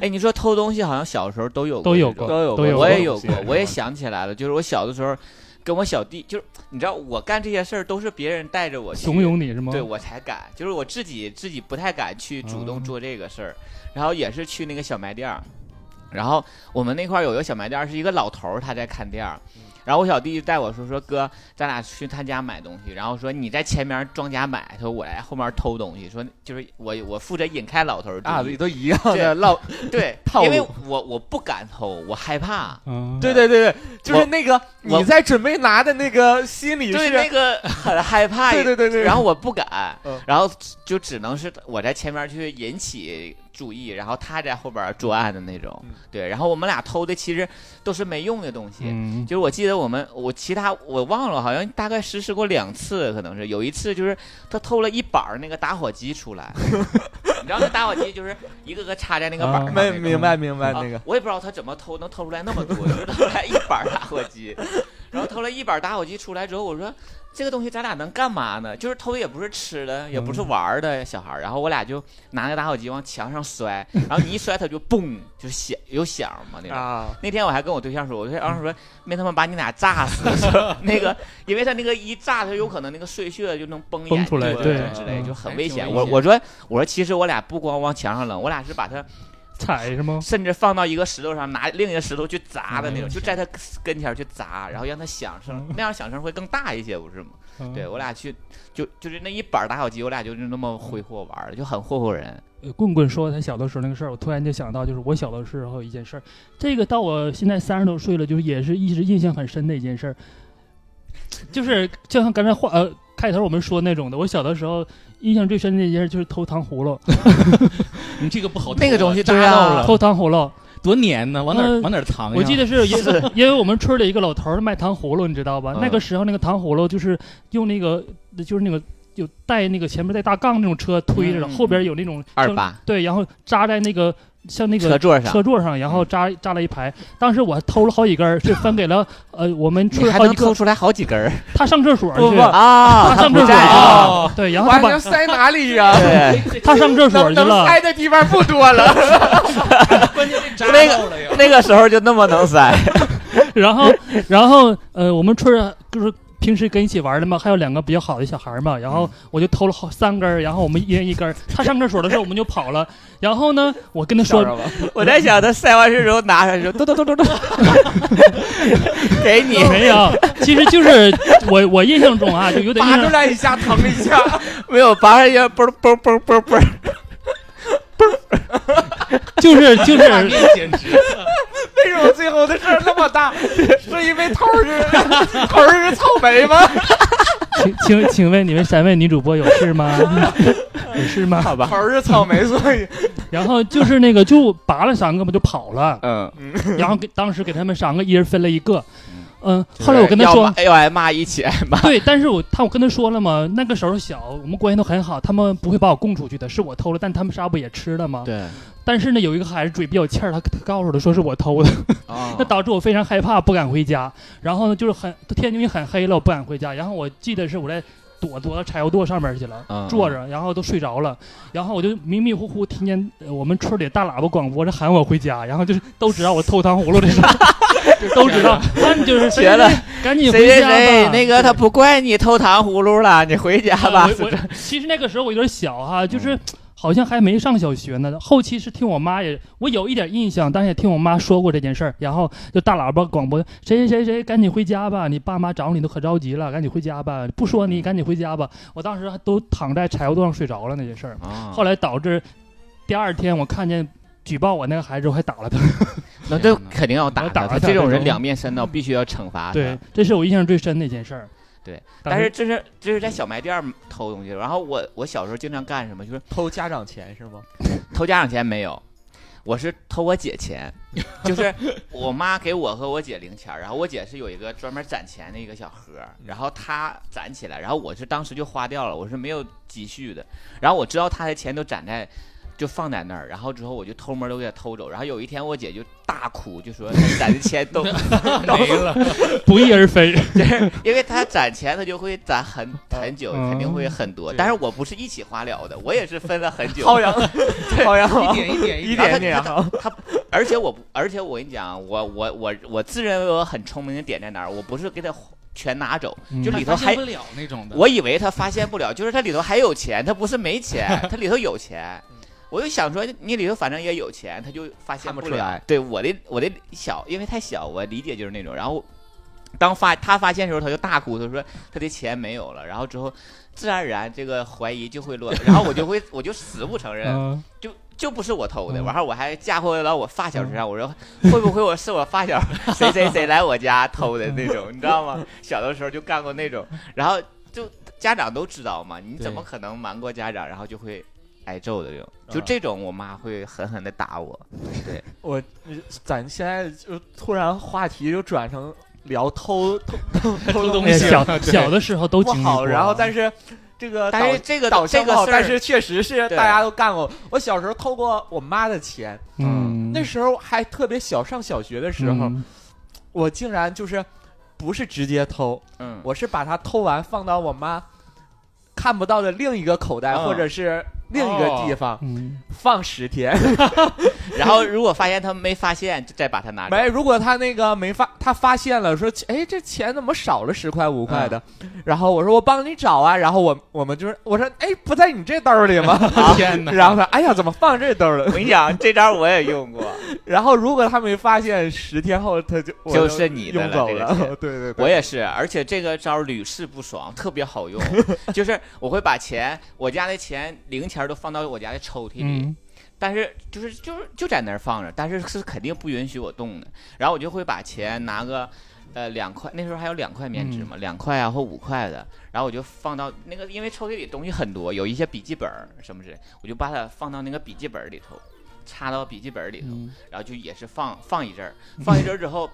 Speaker 3: 哎，你说偷东西，好像小时候都有过
Speaker 6: 都有
Speaker 3: 这种
Speaker 6: 过
Speaker 4: 都有
Speaker 6: 都有
Speaker 3: 我也
Speaker 6: 过
Speaker 3: 有过，我也想起来了，就是我小的时候，跟我小弟，就是你知道，我干这些事儿都是别人带着我去
Speaker 6: 怂恿你是吗？
Speaker 3: 对我才敢，就是我自己自己不太敢去主动
Speaker 6: 嗯
Speaker 3: 做这个事儿，然后也是去那个小卖店儿，然后我们那块儿有一个小卖店儿，是一个老头儿他在看店儿，
Speaker 4: 嗯
Speaker 3: 然后我小弟就带我说说哥，咱俩去他家买东西，然后说你在前面庄家买，说我来后面偷东西，说就是我我负责引开老头儿注
Speaker 4: 啊，
Speaker 3: 意
Speaker 4: 都一样
Speaker 3: 对
Speaker 4: 的 老
Speaker 3: 对
Speaker 4: 套，
Speaker 3: 因为
Speaker 4: 路
Speaker 3: 我我不敢偷，我害怕。
Speaker 6: 嗯，
Speaker 4: 对对对对，就是
Speaker 3: 我
Speaker 4: 那个
Speaker 3: 我
Speaker 4: 你在准备拿的那个心理
Speaker 3: 对
Speaker 4: 是，
Speaker 3: 那个很害怕，
Speaker 4: 对对对对，
Speaker 3: 然后我不敢
Speaker 4: 嗯，
Speaker 3: 然后就只能是我在前面去引起注意，然后他在后边作案的那种
Speaker 4: 嗯。
Speaker 3: 对，然后我们俩偷的其实都是没用的东西。
Speaker 6: 嗯，
Speaker 3: 就是我记得我们我其他我忘了，好像大概实施过两次，可能是有一次就是他偷了一板儿那个打火机出 来，你知道那打火机就是一个个插在那个板儿上那
Speaker 4: 没
Speaker 3: 种
Speaker 4: 明白明白
Speaker 3: 啊
Speaker 4: 那个，
Speaker 3: 我也不知道他怎么偷，能偷出来那么多，就是偷来一板打火 机，然后偷了一板打火机出来之后，我说这个东西咱俩能干嘛呢？就是偷也不是吃的，也不是玩儿的小孩儿，然后我俩就拿那个打火机往墙上摔，然后你一摔它就嘣，就响有响嘛那种。
Speaker 4: 啊，
Speaker 3: 那天我还跟我对象说，我对象说没他妈把你俩炸死，说那个，因为他那个一炸，他有可能那个碎屑就能崩眼
Speaker 6: 崩出来
Speaker 3: 睛
Speaker 6: 对
Speaker 3: 啊之类，
Speaker 6: 嗯
Speaker 3: 就很危
Speaker 5: 还
Speaker 3: 险。
Speaker 5: 挺
Speaker 3: 我
Speaker 5: 危险
Speaker 3: 我说我说其实我俩不光往墙上扔，我俩是把它
Speaker 6: 踩是吗？
Speaker 3: 甚至放到一个石头上，拿另一个石头去砸的那种，
Speaker 5: 嗯
Speaker 3: 就在他跟前儿去砸，然后让他响声，那样响声会更大一些，不是吗？
Speaker 6: 嗯
Speaker 3: 对我俩去，就就是那一板打火机，我俩就是那么挥霍玩儿，就很霍霍人。
Speaker 6: 呃棍棍说他小的时候那个事儿，我突然就想到，就是我小的时候有一件事儿，这个到我现在三十多岁了，就是也是一直印象很深的一件事儿，就是就像刚才话呃开头我们说那种的，我小的时候印象最深的一件事就是偷糖葫芦，
Speaker 5: 你这个不好偷啊，
Speaker 3: 那个东西
Speaker 5: 扎
Speaker 3: 对啊哎
Speaker 5: 到了，
Speaker 6: 偷糖葫芦。
Speaker 5: 多粘呢，往哪儿
Speaker 6: 呃
Speaker 5: 往哪儿藏呀？
Speaker 6: 我记得是因
Speaker 3: 是
Speaker 6: 因为我们村儿里一个老头儿卖糖葫芦，你知道吧？
Speaker 3: 嗯
Speaker 6: 那个时候那个糖葫芦就是用那个就是那个有带那个前面带大杠那种车推着，
Speaker 3: 嗯嗯
Speaker 6: 后边有那种
Speaker 3: 二
Speaker 6: 像
Speaker 3: 八
Speaker 6: 对，然后扎在那个像那个
Speaker 3: 车座上，
Speaker 6: 车座上，然后扎扎了一排。当时我还偷了好几根儿，是分给了呃我们村
Speaker 3: 你
Speaker 6: 儿
Speaker 3: 还
Speaker 6: 好
Speaker 3: 能
Speaker 6: 几
Speaker 3: 偷
Speaker 6: 个。
Speaker 3: 出来好几根儿
Speaker 6: 他上厕所
Speaker 4: 不不
Speaker 6: 去，
Speaker 4: 不
Speaker 3: 啊
Speaker 6: 他上厕所
Speaker 3: 在
Speaker 6: 啊，对，然后他把
Speaker 4: 塞哪里 啊呀、
Speaker 3: 对，
Speaker 6: 他上厕所去了，
Speaker 3: 的地方不多了，
Speaker 5: 关键被扎
Speaker 3: 那
Speaker 5: 到了呀。
Speaker 3: 那个时候就那么能塞，
Speaker 6: 然后然后呃我们村儿就是。平时跟一起玩的嘛，还有两个比较好的小孩儿嘛，然后我就偷了好三根儿，然后我们一人一根儿。他上厕所的时候我们就跑了，然后呢，我跟他说，
Speaker 3: 我在想他塞完事之后拿上去说，咚咚咚咚咚，给你
Speaker 6: 没有，其实就是我我印象中啊，就有点印象
Speaker 4: 来一下，疼一下。
Speaker 3: 没有拔上一下，嘣儿嘣儿嘣儿嘣儿嘣儿，
Speaker 6: 就是就是
Speaker 5: 画面简直
Speaker 4: 为什么最后的事儿那么大？是因为偷是偷是草莓吗？
Speaker 6: 请请请问你们三位女主播有事吗？ 有事吗？
Speaker 3: 好吧，
Speaker 4: 头是草莓，所以
Speaker 6: 然后就是那个就拔了三个嘛，就跑了，
Speaker 3: 嗯，
Speaker 6: 然后给当时给他们三个一人分了一个
Speaker 3: 嗯。
Speaker 6: 嗯，后来我跟他
Speaker 3: 要
Speaker 6: 说，
Speaker 3: 骂要挨骂一起挨骂，
Speaker 6: 对，但是我他我跟他说了嘛，那个时候小，我们关系都很好，他们不会把我供出去的，是我偷了，但他们仨不也吃了吗？
Speaker 3: 对
Speaker 6: 但是呢，有一个孩子嘴比较欠儿，他他告诉我的说是我偷的，
Speaker 3: 啊
Speaker 6: 那导致我非常害怕，不敢回家。然后呢，就是很天已经很黑了，我不敢回家。然后我记得是我在躲躲到柴油垛上面去了，
Speaker 3: 嗯
Speaker 6: 坐着，然后都睡着了。然后我就迷迷糊糊听见呃我们村里大喇叭广播着喊我回家，然后就是都知道我偷糖葫芦的事儿， 都知道。他们就是
Speaker 3: 学了，
Speaker 6: 赶紧
Speaker 3: 谁
Speaker 6: 回
Speaker 3: 谁
Speaker 6: 家吧。
Speaker 3: 谁那个他
Speaker 6: 对
Speaker 3: 不怪你偷糖葫芦了，你回家
Speaker 6: 呃
Speaker 3: 吧，
Speaker 6: 我我其实那个时候我有点小哈、就是。好像还没上小学呢，后期是听我妈也，我有一点印象，但是也听我妈说过这件事儿，然后就大喇叭广播，谁谁谁谁，赶紧回家吧，你爸妈找你都可着急了，赶紧回家吧，不说你赶紧回家吧，我当时还都躺在柴油垛上睡着了那件事儿，
Speaker 3: 啊
Speaker 6: 后来导致第二天我看见举报我那个孩子，我还打了他。
Speaker 3: 那这肯定要打
Speaker 6: 打
Speaker 3: 他，
Speaker 6: 他
Speaker 3: 这种
Speaker 6: 这
Speaker 3: 人
Speaker 6: 种
Speaker 3: 两面三刀，必须要惩罚他。
Speaker 6: 对，啊这是我印象最深的一件事儿。
Speaker 3: 对，
Speaker 6: 当
Speaker 3: 但是
Speaker 6: 时
Speaker 3: 这是这是在小卖店儿偷东西，然后我我小时候经常干什么，就是
Speaker 4: 偷家长钱是吗？
Speaker 3: 偷家长钱没有，我是偷我姐钱，就是我妈给我和我姐零钱儿，然后我姐是有一个专门攒钱的一个小盒儿，然后她攒起来，然后我是当时就花掉了，我是没有积蓄的，然后我知道她的钱都攒在。就放在那儿，然后之后我就偷摸都给她偷走，然后有一天我姐就大哭，就说她哎攒的钱都
Speaker 5: 没了，
Speaker 6: 不翼而 飞。
Speaker 3: 就是因为他攒钱，他就会攒很很久，
Speaker 6: 嗯
Speaker 3: 肯定会很多。
Speaker 5: 对
Speaker 3: 但是我不是一起花了的，我也是分了很久。
Speaker 4: 薅羊，薅羊
Speaker 5: 一点一
Speaker 4: 毛，
Speaker 5: 点一
Speaker 4: 一
Speaker 5: 点，
Speaker 4: 点啊点薅。
Speaker 3: 而且我不，而且我跟你讲，我我我我自认为我很聪明的点在哪儿？我不是给他全拿走，
Speaker 6: 嗯
Speaker 3: 就里头
Speaker 5: 发现
Speaker 3: 还
Speaker 5: 不了那种的。
Speaker 3: 我以为他发现不了， 就是他里头还有钱，他不是没钱，他里头有钱。我就想说，你里头反正也有钱，他就发现
Speaker 4: 看不
Speaker 3: 不
Speaker 4: 出
Speaker 3: 了
Speaker 4: 来。
Speaker 3: 对我的我的小，因为太小，我理解就是那种。然后当发他发现的时候，他就大哭，他说他的钱没有了。然后之后自然而然这个怀疑就会落，然后我就会 我就死不承认，
Speaker 6: 嗯，
Speaker 3: 就就不是我偷的。
Speaker 6: 嗯
Speaker 3: 然后我还嫁祸到我发小身
Speaker 4: 嗯
Speaker 3: 上，我说会不会我是我发小谁谁谁来我家偷
Speaker 4: 嗯
Speaker 3: 的那种，你知道吗？小的时候就干过那种，然后就家长都知道嘛，你怎么可能瞒过家长，然后就会挨揍的这种？
Speaker 4: 嗯
Speaker 3: 就这种，我妈会狠狠的打我。
Speaker 4: 我咱现在就突然话题就转成聊偷偷偷偷
Speaker 5: 东
Speaker 6: 哎呀
Speaker 5: 西
Speaker 6: 小
Speaker 5: 对
Speaker 6: 小的时候都
Speaker 4: 不
Speaker 6: 经历
Speaker 4: 好，
Speaker 6: 过。啊
Speaker 4: 然后但是这个导
Speaker 3: 但是这个
Speaker 4: 导
Speaker 3: 这
Speaker 4: 向不
Speaker 3: 个
Speaker 4: 好，
Speaker 3: 事
Speaker 4: 但
Speaker 3: 儿，
Speaker 4: 是确实是
Speaker 3: 对
Speaker 4: 大家都干过。我小时候偷过我妈的钱，
Speaker 6: 嗯，
Speaker 4: 那时候还特别小，上小学的时候，
Speaker 6: 嗯
Speaker 4: 我竟然就是不是直接偷，
Speaker 3: 嗯，
Speaker 4: 我是把它偷完放到我妈看不到的另一个口袋
Speaker 3: 嗯
Speaker 4: 或者是另一个地
Speaker 3: 哦
Speaker 4: 方
Speaker 6: 嗯，
Speaker 4: 放 十天。
Speaker 3: 然后如果发现他没发现，就再把他拿走。
Speaker 4: 没，如果他那个没发，他发现了说，哎，这钱怎么少了十块五块
Speaker 3: 啊
Speaker 4: 的？然后我说我帮你找啊，然后我我们就是我说，哎，不在你这兜 里吗？
Speaker 3: 啊
Speaker 5: 天哪！
Speaker 4: 然后他，哎呀，怎么放这兜了
Speaker 3: 我？跟你讲，这招我也用过，
Speaker 4: 然后如果他没发现，十天后他就我
Speaker 3: 就是你的
Speaker 4: 用
Speaker 3: 了
Speaker 4: 走
Speaker 3: 这个
Speaker 4: 了。
Speaker 3: 钱
Speaker 4: 对对对，
Speaker 3: 我也是，而且这个招儿屡试不爽，特别好用。就是我会把钱，我家的钱零钱儿都放到我家的抽屉里，
Speaker 6: 嗯
Speaker 3: 但是就是就是就在那儿放着，但是是肯定不允许我动的。然后我就会把钱拿个呃两块，那时候还有两块面纸嘛，两块啊或五块的，然后我就放到那个，因为抽屉里东西很多，有一些笔记本儿什么之类，我就把它放到那个笔记本儿里头，插到笔记本儿里头，
Speaker 5: 嗯
Speaker 3: 然后就也是放放一阵儿，放一阵儿之后，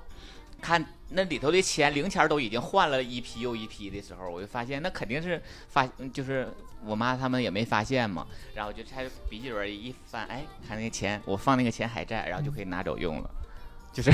Speaker 3: 看那里头的钱零钱儿都已经换了一批又一批的时候，我就发现那肯定是发，嗯就是我妈他们也没发现嘛，然后我就拆笔记本儿一翻，哎，看那个钱，我放那个钱还在，然后就可以拿走用了，就是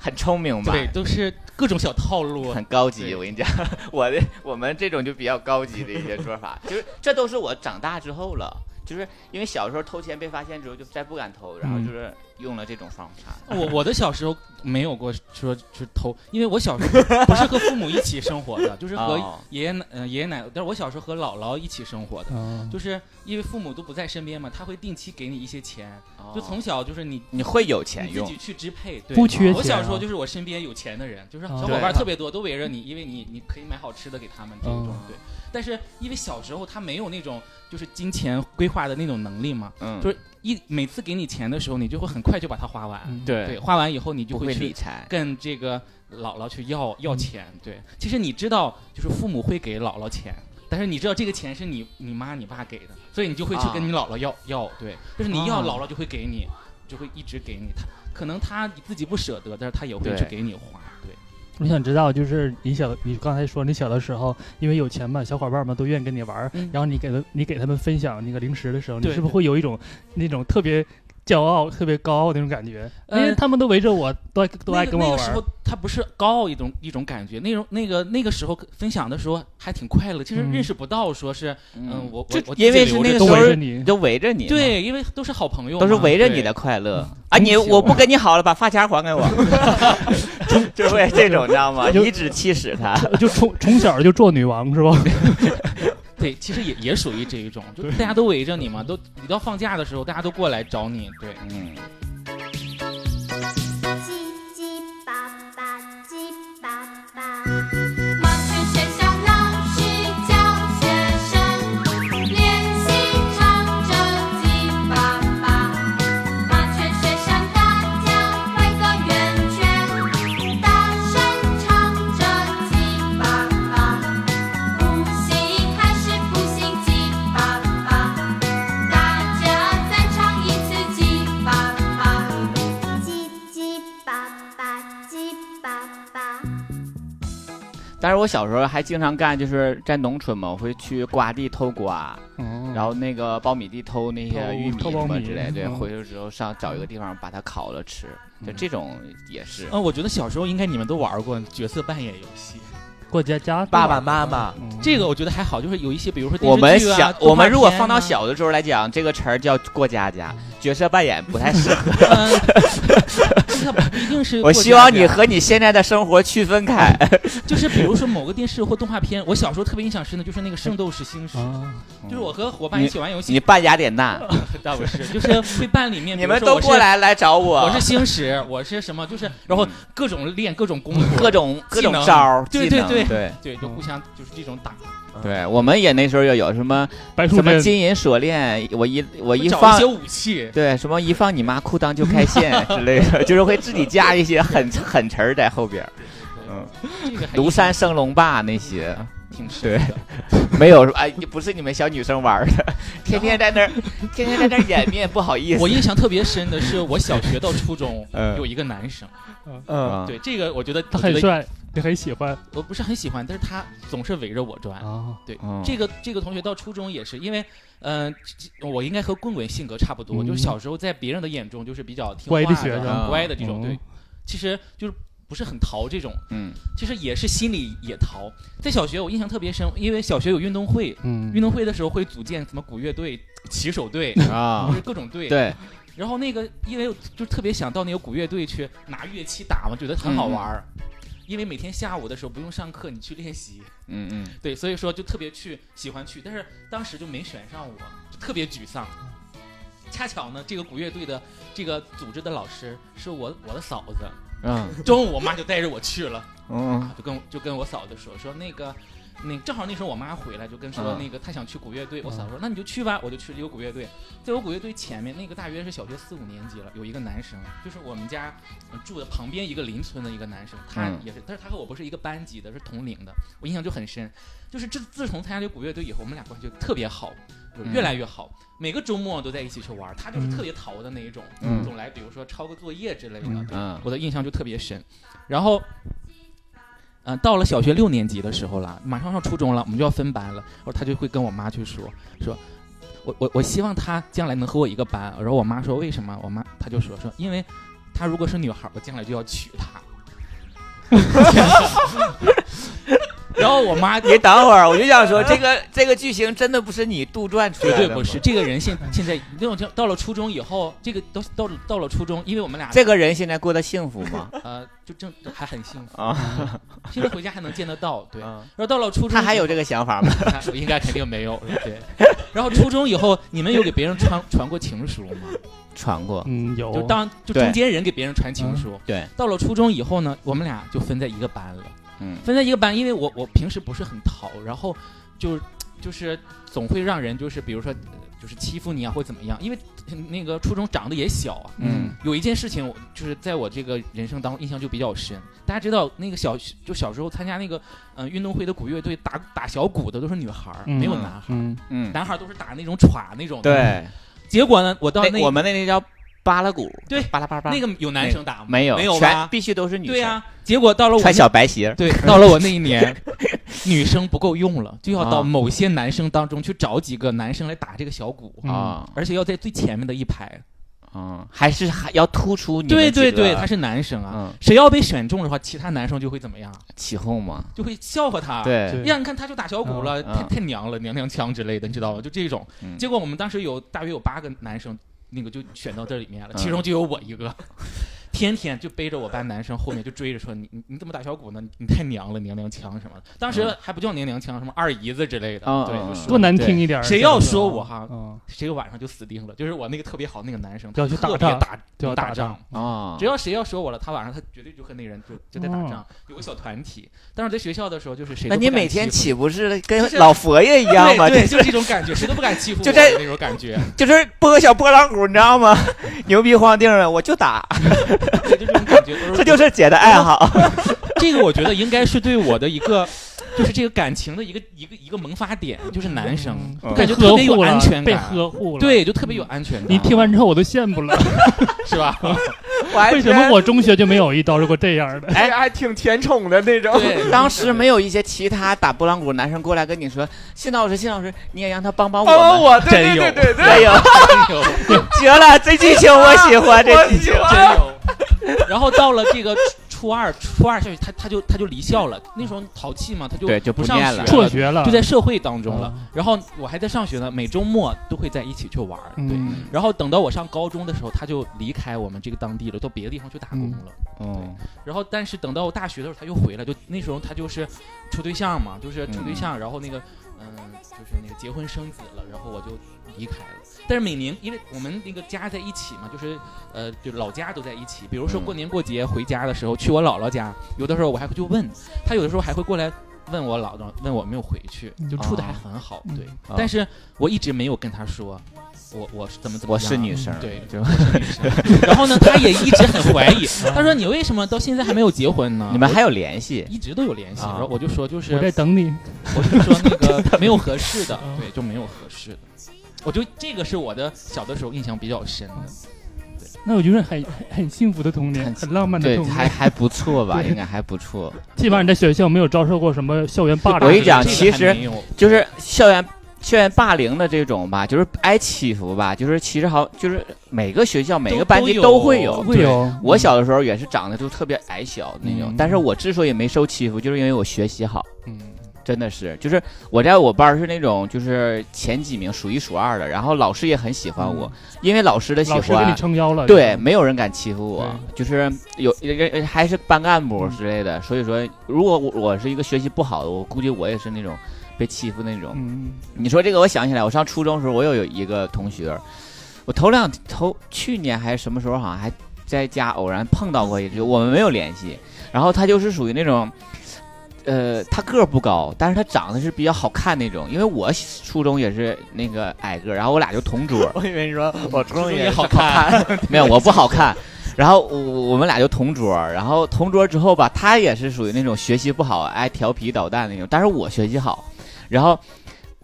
Speaker 3: 很聪明吧？
Speaker 5: 对，都是各种小套路。
Speaker 3: 很高级，
Speaker 5: 对
Speaker 3: 我跟你讲， 我的我们这种就比较高级的一些说法， 就是这都是我长大之后了，就是因为小时候偷钱被发现之后就再不敢偷，然后
Speaker 5: 嗯
Speaker 3: 就是用了这种方法。
Speaker 5: 我我的小时候没有过说去偷，因为我小时候不是和父母一起生活的，就是和
Speaker 3: 哦
Speaker 5: 爷爷奶呃爷爷奶奶，但是我小时候和姥姥一起生活的，
Speaker 6: 啊，
Speaker 5: 就是因为父母都不在身边嘛，他会定期给你一些钱，就
Speaker 3: 从
Speaker 5: 从小就是你
Speaker 3: 你会有
Speaker 5: 你
Speaker 3: 哦钱
Speaker 5: 自
Speaker 3: 用
Speaker 5: 己，去支配。对
Speaker 6: 不缺
Speaker 5: 我
Speaker 6: 钱
Speaker 5: 小
Speaker 6: 啊
Speaker 5: 时候就是我身边有钱的人，就是
Speaker 6: 啊
Speaker 5: 小伙
Speaker 3: 对
Speaker 5: 伴特别多，都围着你，因为你你可以买好吃的给他们这种
Speaker 6: 啊。
Speaker 5: 对，但是因为小时候他没有那种就是金钱规划的那种能力嘛，
Speaker 3: 嗯，
Speaker 5: 就是一每次给你钱的时候，你就会很快就把它花完。
Speaker 6: 嗯
Speaker 3: 对
Speaker 5: 对，花完以后你就
Speaker 3: 不会理
Speaker 5: 去
Speaker 3: 财，
Speaker 5: 跟这个姥姥去要要钱。对，其实你知道，就是父母会给姥姥钱，但是你知道这个钱是你你妈你爸给的，所以你就会去跟你姥姥要、要。对，就是你要，
Speaker 3: 啊
Speaker 5: 姥姥就会给你，就会一直给你。他可能他自己不舍得，但是他也会
Speaker 3: 对
Speaker 5: 去给你花。对，
Speaker 6: 我想知道，就是你小你刚才说你小的时候，因为有钱嘛，小伙伴们都愿意跟你玩儿，
Speaker 5: 嗯
Speaker 6: 然后你给他你给他们分享那个零食的时候，你
Speaker 5: 对
Speaker 6: 是不是会有一种那种特别骄傲、特别高傲那种感觉？因
Speaker 5: 呃
Speaker 6: 为他们都围着我，都爱都爱
Speaker 5: 那
Speaker 6: 跟
Speaker 5: 个
Speaker 6: 我
Speaker 5: 那个
Speaker 6: 玩
Speaker 5: 时
Speaker 6: 儿
Speaker 5: 候，他不是高傲一种一种感觉，那种那个那个时候分享的时候还挺快乐，其实
Speaker 6: 嗯
Speaker 5: 认识不到说是嗯、我我
Speaker 3: 就
Speaker 5: 我
Speaker 3: 因为
Speaker 5: 自己
Speaker 3: 是
Speaker 5: 留
Speaker 3: 那个
Speaker 5: 着
Speaker 6: 都
Speaker 3: 时
Speaker 6: 围着
Speaker 3: 候
Speaker 6: 你。
Speaker 3: 都围着你，，
Speaker 5: 对，因为都是好朋友
Speaker 3: 都
Speaker 5: 嘛，
Speaker 3: 是围着
Speaker 5: 对
Speaker 3: 你的快乐啊！
Speaker 5: 嗯
Speaker 3: 你
Speaker 5: 恭喜
Speaker 3: 我
Speaker 5: 我
Speaker 3: 不跟你好了，把发卡还 给我，就会这种，你知道 吗？
Speaker 6: 就
Speaker 3: 颐指气使他，
Speaker 6: 就从从小就做女王是吧？
Speaker 5: 对，其实也也属于这一种，就大家都围着你嘛，都你到放假的时候，大家都过来找你，对。
Speaker 3: 嗯，
Speaker 8: 叽叽巴巴，叽巴巴。我是学校老师教学生，练习唱着叽巴巴。麻雀学上大家围个圆圈，大声唱着叽巴巴。不行，还是不行，叽巴巴。大家再唱一次叽巴巴。叽叽巴巴，叽巴巴。
Speaker 3: 但是我小时候还经常干，就是在农村嘛，我会去瓜地偷瓜，然后那个苞米地偷那些
Speaker 6: 嗯偷
Speaker 3: 玉米
Speaker 6: 偷
Speaker 3: 什
Speaker 6: 苞
Speaker 3: 么
Speaker 6: 米
Speaker 3: 之类的，对，
Speaker 6: 嗯
Speaker 3: 回去之后上找一个地方把它烤了吃，就这种也是。
Speaker 5: 嗯，我觉得小时候应该你们都玩过角色扮演游戏，
Speaker 6: 过家家
Speaker 4: 爸爸妈妈，
Speaker 6: 嗯
Speaker 5: 这个我觉得还好，就是有一些，比如说电
Speaker 3: 我们
Speaker 5: 视剧啊
Speaker 3: 小，
Speaker 5: 动画
Speaker 3: 我们如果
Speaker 5: 片
Speaker 3: 放到
Speaker 5: 啊，
Speaker 3: 小的时候来讲，这个词儿叫过家家，角色扮演不太适 合。
Speaker 5: 嗯那不一定是
Speaker 3: 我
Speaker 5: 过
Speaker 3: 希
Speaker 5: 家
Speaker 3: 望
Speaker 5: 家
Speaker 3: 你和你现在的生活区分开。
Speaker 5: 就是比如说某个电视或动画片，我小时候特别印象深的就是那个《圣斗士星矢》，
Speaker 6: 啊，
Speaker 3: 嗯
Speaker 5: 就是我和伙伴一起玩游 戏，
Speaker 3: 你扮雅典娜，
Speaker 5: 倒不是，就是会扮里面，
Speaker 3: 你们
Speaker 5: 比如
Speaker 3: 都
Speaker 5: 说我是
Speaker 3: 过。嗯来来找我，
Speaker 5: 我是星矢，我是什么？就是然后各种练各种功夫，
Speaker 3: 各种各种
Speaker 5: 技能
Speaker 3: 招儿，
Speaker 5: 对
Speaker 3: 技能
Speaker 5: 对
Speaker 3: 对
Speaker 5: 对，就互相就是这种打，
Speaker 3: 对，我们也那时候也有什么
Speaker 6: 白素
Speaker 3: 什么
Speaker 6: 贞
Speaker 3: 金银锁链，我一我一
Speaker 5: 找一
Speaker 3: 放
Speaker 5: 些。武器，
Speaker 3: 对，什么一放你妈裤裆就开线之类 的，就是会自己加一些狠狠词儿在后边儿。
Speaker 5: 哎
Speaker 3: 嗯，
Speaker 5: 这个还
Speaker 3: 庐山升龙霸那些
Speaker 5: 挺深
Speaker 3: 对
Speaker 5: 的。
Speaker 3: 没有，哎，不是你们小女生玩儿的， 天天在那 儿，天天在那儿掩面，不好意思。
Speaker 5: 我印象特别深的是，我小学到初中
Speaker 3: 嗯
Speaker 5: 有一个男生，
Speaker 4: 嗯，
Speaker 3: 啊
Speaker 5: 对这个我觉得
Speaker 6: 他
Speaker 5: 我
Speaker 6: 很
Speaker 5: 觉得
Speaker 6: 帅，你很喜欢
Speaker 5: 我不是很喜欢，但是他总是围着我转。
Speaker 6: 啊，
Speaker 5: 对
Speaker 3: 嗯，
Speaker 5: 这个这个同学到初中也是，因为，嗯、这我应该和棍棍性格差不多，
Speaker 6: 嗯
Speaker 5: 就是小时候在别人的眼中就是比较听话
Speaker 6: 乖的学生
Speaker 5: 很乖
Speaker 3: 啊
Speaker 5: 的这种，
Speaker 6: 哦
Speaker 5: 对，其实就是不是很淘这种，
Speaker 3: 嗯，
Speaker 5: 其实也是心里也淘。在小学我印象特别深，因为小学有运动会，
Speaker 6: 嗯
Speaker 5: 运动会的时候会组建什么鼓乐队、骑手队，
Speaker 3: 啊
Speaker 5: 就，是各种队，
Speaker 3: 对，
Speaker 5: 然后那个，因为就特别想到那个鼓乐队去拿乐器打嘛，觉得很好玩儿。因为每天下午的时候不用上课，你去练习，
Speaker 3: 嗯嗯，
Speaker 5: 对，所以说就特别去喜欢去，但是当时就没选上我，就特别沮丧。恰巧呢，这个鼓乐队的这个组织的老师是我我的嫂子，
Speaker 3: 嗯
Speaker 5: 啊中午我妈就带着我去了，
Speaker 3: 嗯
Speaker 5: 就跟就跟我嫂子说说那个，那正好那时候我妈回来就跟说
Speaker 3: 嗯
Speaker 5: 那个她想去古乐队，我嫂
Speaker 4: 嗯
Speaker 5: 说那你就去吧，我就去溜古乐队。在我古乐队前面那个大约是小学四五年级了，有一个男生，就是我们家呃住的旁边一个邻村的一个男生，他
Speaker 3: 嗯
Speaker 5: 也是，但是他和我不是一个班级的，是同龄的，我印象就很深。就是自自从参加溜古乐队以后，我们俩关系就特别好，
Speaker 3: 嗯
Speaker 5: 就是越来越好，每个周末都在一起去玩儿。他就是特别淘的那一种，
Speaker 3: 嗯
Speaker 5: 总来比如说抄个作业之类的，
Speaker 4: 嗯
Speaker 5: 对
Speaker 3: 嗯
Speaker 5: 我的印象就特别深。然后，嗯、到了小学六年级的时候了，马上上初中了，我们就要分班了。然后他就会跟我妈去说说。我我我希望他将来能和我一个班，然后我妈说为什么？我妈她就说说因为，她如果是女孩儿，我将来就要娶她。 然后我妈
Speaker 3: 你等会儿，我就想说，这 个这个剧情真的不是你杜撰出
Speaker 5: 绝
Speaker 3: 来的，
Speaker 5: 对不是。。这个人现现在那种到了初中以后，这个都到了到了初中，因为我们俩
Speaker 3: 这个人现在过得幸福吗？
Speaker 5: 呃就正还很幸福，
Speaker 3: 啊，
Speaker 5: 现在回家还能见得到。对，然
Speaker 3: 嗯
Speaker 5: 后到了初中，
Speaker 3: 他还有这个想法吗？
Speaker 5: 个，应该肯定没有了。对，然后初中以后，你们有给别人传传过情书吗？
Speaker 3: 传过，
Speaker 6: 嗯，有
Speaker 5: 就当就
Speaker 3: 对嗯
Speaker 5: 中间人给别人传情书。
Speaker 3: 对，
Speaker 5: 到了初中以后呢，我们俩就分在一个班了。
Speaker 3: 嗯
Speaker 5: 分在一个班，因为我我平时不是很淘，然后就就是总会让人就是比如说呃就是欺负你啊或怎么样，因为呃那个初中长得也小啊。
Speaker 3: 嗯
Speaker 5: 有一件事情，我就是在我这个人生当中印象就比较深。大家知道，那个小就小时候参加那个嗯、呃运动会的鼓乐队，打打小鼓的都是女孩儿，
Speaker 6: 嗯
Speaker 5: 没有男孩儿，
Speaker 6: 嗯
Speaker 3: 嗯，
Speaker 5: 男孩儿都是打那种歘那种。。
Speaker 3: 对，哎
Speaker 5: 结果呢，我到那
Speaker 3: 那我们那那叫巴拉鼓，
Speaker 5: 对
Speaker 3: 巴拉巴拉巴拉
Speaker 5: 那个有男生打吗？
Speaker 3: 没有
Speaker 5: 没有
Speaker 3: 全
Speaker 5: 吧？
Speaker 3: 必须都是女生，
Speaker 5: 对呀、啊结果到了我
Speaker 3: 穿
Speaker 5: 那
Speaker 3: 小白鞋儿，
Speaker 5: 对，到了我那一年，女生不够用了，就要
Speaker 3: 啊
Speaker 5: 到某些男生当中去找几个男生来打这个小鼓，
Speaker 6: 嗯
Speaker 3: 啊
Speaker 5: 而且要在最前面的一排。
Speaker 3: 嗯，还是还要突出你们
Speaker 5: 对
Speaker 3: 几
Speaker 5: 对
Speaker 3: 个
Speaker 5: 对，他是男生啊。
Speaker 3: 嗯
Speaker 5: 谁要被选中的话，其他男生就会怎么样？
Speaker 3: 起哄嘛，
Speaker 5: 就会笑话他。，
Speaker 3: 对，
Speaker 5: 呀，你看啊他就打小鼓了，
Speaker 3: 嗯
Speaker 5: 太太娘了，娘娘腔之类的，你知道吗？就这种。
Speaker 3: 嗯
Speaker 5: 结果我们当时有大约有八个男生，那个就选到这里面了，
Speaker 3: 嗯
Speaker 5: 其中就有我一个， 天天就背着我班男生后面就追着说你你你怎么打小鼓呢？你你太娘了，娘娘腔什么的。当时还不叫娘娘腔，什么二姨子之类的，
Speaker 3: 嗯
Speaker 5: 对，
Speaker 3: 嗯
Speaker 5: 就
Speaker 3: 嗯
Speaker 5: 说
Speaker 6: 多难听一点儿。
Speaker 5: 谁要说我哈
Speaker 6: 嗯，
Speaker 5: 谁晚上就死定了。就是我那个特别好那个男生，
Speaker 6: 就要去
Speaker 5: 他特
Speaker 6: 打
Speaker 5: 别
Speaker 6: 仗
Speaker 5: 打
Speaker 6: 就要打
Speaker 5: 打仗
Speaker 6: 仗。
Speaker 3: 啊，
Speaker 5: 只要谁要说我了，他晚上他绝对就和那个人就就在打
Speaker 6: 哦
Speaker 5: 仗，有个小团体。当时在学校的时候，就是谁
Speaker 3: 那
Speaker 5: 都不
Speaker 3: 你
Speaker 5: 敢
Speaker 3: 每天
Speaker 5: 欺
Speaker 3: 岂不
Speaker 5: 负
Speaker 3: 是跟
Speaker 5: 就是
Speaker 3: 老佛爷一样吗？
Speaker 5: 对对，
Speaker 3: 就
Speaker 5: 就是这种感觉，谁都不敢欺负我
Speaker 3: 就
Speaker 5: 的
Speaker 3: 在
Speaker 5: 那种感觉，
Speaker 3: 就是拨小拨浪鼓，你知道吗？ 牛逼晃腚的，我就打，
Speaker 5: 对，就这种感觉。
Speaker 3: 这就是姐的爱好。
Speaker 5: 这个，我觉得应该是对我的一个，就是这个感情的一个一个一个萌发点，就是男生
Speaker 3: 嗯
Speaker 5: 感觉
Speaker 6: 被呵
Speaker 5: 特别有
Speaker 6: 护了
Speaker 5: 安全
Speaker 6: 被
Speaker 5: 感，
Speaker 6: 呵护了。，
Speaker 5: 对，就特别有安全感，
Speaker 6: 你听完之后我都羡慕 了。
Speaker 5: 是吧？
Speaker 3: 我还
Speaker 6: 为什么我中学就没有遇到过这样的？
Speaker 4: 哎，还挺甜宠的那种。
Speaker 5: 对，
Speaker 3: 当时没有一些其他打拨浪鼓的男生过来跟你说，信老师，信老师，你也让他帮帮我
Speaker 4: 哦，
Speaker 3: 们。
Speaker 4: 我对
Speaker 5: 真有
Speaker 4: 对对对
Speaker 3: 哎
Speaker 4: 对，
Speaker 3: 呦，
Speaker 5: 有
Speaker 3: 绝了！这剧情我喜 欢，这剧情
Speaker 4: 我喜
Speaker 5: 真
Speaker 4: 欢，
Speaker 5: 有。然后到了这个初二，初二下去，他他就他就离校了。那时候淘气嘛，他 就
Speaker 3: 对就不
Speaker 5: 不上
Speaker 3: 念了
Speaker 5: 学
Speaker 6: 辍学了，
Speaker 5: 就在社会当中了
Speaker 6: 嗯。
Speaker 5: 然后我还在上学呢，每周末都会在一起去玩儿。对，
Speaker 6: 嗯
Speaker 5: 然后等到我上高中的时候，他就离开我们这个当地了，到别的地方去打工了。
Speaker 3: 嗯
Speaker 5: 然后，但是等到我大学的时候，他又回来，就那时候他就是处对象嘛，就是处对象，然后那个嗯、就是那个结婚生子了，然后我就离开了。但是每年因为我呃们那个家在一起嘛，就是呃，就老家都在一起。比如说
Speaker 3: 嗯
Speaker 5: 过年过节回家的时候，去我姥姥家，有的时候我还会去问他，有的时候还会过来问我姥姥，问我有没有回去，就处的还很好。
Speaker 6: 嗯
Speaker 5: 对，
Speaker 3: 啊
Speaker 5: 但是我一直没有跟他说，我我是怎么怎么样，
Speaker 3: 我是女生，
Speaker 5: 对
Speaker 3: 就
Speaker 5: 然后呢，他也一直很怀疑，他说你为什么到现在还没有结婚 呢？
Speaker 3: 你们还有联系？
Speaker 5: 一直都有联系，
Speaker 3: 啊
Speaker 5: 然后我就说就是
Speaker 6: 我在等你。
Speaker 5: 我就说那个没有合适的
Speaker 6: 啊，
Speaker 5: 对，就没有合适的。我就这个是我的小的时候印象比较深的，
Speaker 6: 那我觉得很很很幸福的童年，很浪
Speaker 5: 嗯
Speaker 6: 漫的
Speaker 3: 对，
Speaker 6: 童
Speaker 3: 还
Speaker 6: 年。
Speaker 3: 还不错吧，
Speaker 6: 对
Speaker 3: 应该还不错。
Speaker 6: 起码你在学校没有遭受过什么校园霸
Speaker 3: 我
Speaker 6: 凌。
Speaker 3: 跟你讲
Speaker 5: 这个
Speaker 3: 其
Speaker 5: 还
Speaker 3: 实
Speaker 5: 没有
Speaker 3: 就是校园校园霸凌的这种吧，就是挨欺负吧，就是其实好，就是每个学校每个班级
Speaker 5: 都
Speaker 3: 都会
Speaker 5: 都
Speaker 3: 有。
Speaker 6: 会有
Speaker 3: 我小的时候也是长得就特别矮小那种，
Speaker 5: 嗯
Speaker 3: 但是我之所以没受欺负，就是因为我学习好，
Speaker 5: 嗯，
Speaker 3: 真的是，就是我在我班儿是那种就是前几名数一数二的，然后老师也很喜欢我，因为老师的喜
Speaker 6: 老师给你
Speaker 3: 欢。
Speaker 6: 撑腰了。
Speaker 3: 对，没有人敢欺负我，
Speaker 6: 对
Speaker 3: 就是有还是班干部之类的，所以说，如果我我是一个学习不好的，我估计我也是那种被欺负那种。
Speaker 6: 嗯，
Speaker 3: 你说这个，我想起来，我上初中的时候，我有一个同学，我头两头去年还是什么时候，好像还在家偶然碰到过一次，我们没有联系。然后他就是属于那种，呃，他个儿不高，但是他长得是比较好看那种。因为我初中也是那个矮个儿， 然后我俩就同桌
Speaker 4: 我以为你说
Speaker 3: 哦
Speaker 4: 我初中也
Speaker 3: 好看，没有我不好看。然后我我们俩就同桌，然后同桌之后吧，他也是属于那种学习不好、爱调皮捣蛋那种，但是我学习好，然后，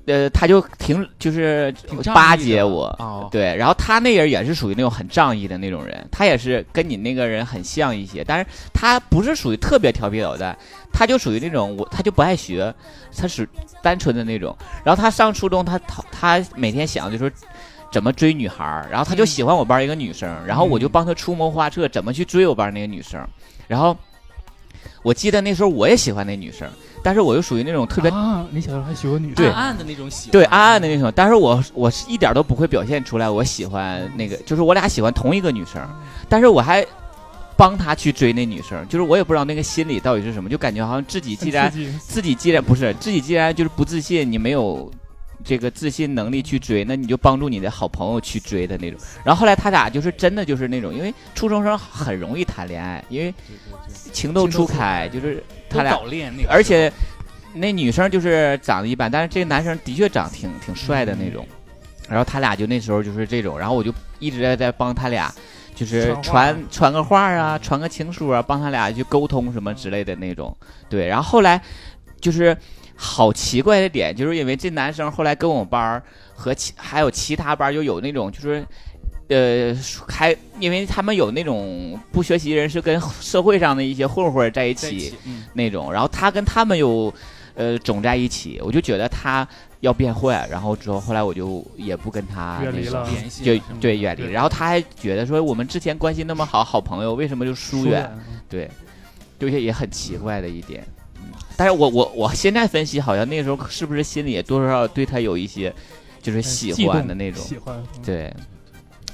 Speaker 3: 呃，他就挺就是
Speaker 5: 挺仗义
Speaker 3: 巴
Speaker 5: 的
Speaker 3: 结我，
Speaker 5: 哦，
Speaker 3: 对，然后他那人也是属于那种很仗义的那种人，他也是跟你那个人很像一些，但是他不是属于特别调皮捣蛋，他就属于那种我他就不爱学，他是单纯的那种。然后他上初中，他他他每天想就是怎么追女孩儿，然后他就喜欢我班一个女生，然后我就帮他出谋划策，怎么去追我班那个女生。然后我记得那时候我也喜欢那女生，但是我又属于那种特别
Speaker 6: 啊，你小时候还喜欢女生？
Speaker 5: 暗暗的那种喜欢，
Speaker 3: 对暗暗的那种，但是我我是一点都不会表现出来，我喜欢那个，就是我俩喜欢同一个女生，但是我还帮她去追那女生，就是我也不知道那个心理到底是什么，就感觉好像自己既然
Speaker 6: 很刺激
Speaker 3: 自己既然不是自己既然就是不自信，你没有这个自信能力去追，那你就帮助你的好朋友去追的那种。然后后来他俩就是真的就是那种，因为初中生很容易谈恋爱，因为情窦初开，就是他俩
Speaker 5: 早恋那个时候，
Speaker 3: 而且那女生就是长得一般，但是这个男生的确长挺挺帅的那种。
Speaker 5: 嗯
Speaker 3: 然后他俩就那时候就是这种，然后我就一直在在帮他俩，就是传
Speaker 6: 传话
Speaker 3: 传个话啊，
Speaker 5: 嗯
Speaker 3: 传个情书啊，帮他俩去沟通什么之类的那种。对，然后后来就是好奇怪的点，就是因为这男生后来跟我班儿和其还有其他班儿就有那种就是。呃，还因为他们有那种不学习人是跟社会上的一些混混儿在一
Speaker 5: 在一起，嗯，
Speaker 3: 那种，然后他跟他们又呃种在一起，我就觉得他要变坏，然后之后后来我就也不跟他
Speaker 6: 远离
Speaker 3: 那种
Speaker 6: 了
Speaker 5: 联系
Speaker 3: 就
Speaker 5: 啊什么的
Speaker 3: 对远离，
Speaker 6: 对
Speaker 3: 然后他还觉得说我们之前关系那么好，好朋友为什么就疏远？对，就是也很奇怪的一点。嗯，但是我我我现在分析，好像那时候是不是心里也多多少少对他有一些就是喜
Speaker 6: 悸
Speaker 3: 欢
Speaker 6: 动
Speaker 3: 的那种，
Speaker 6: 喜欢，嗯
Speaker 3: 对，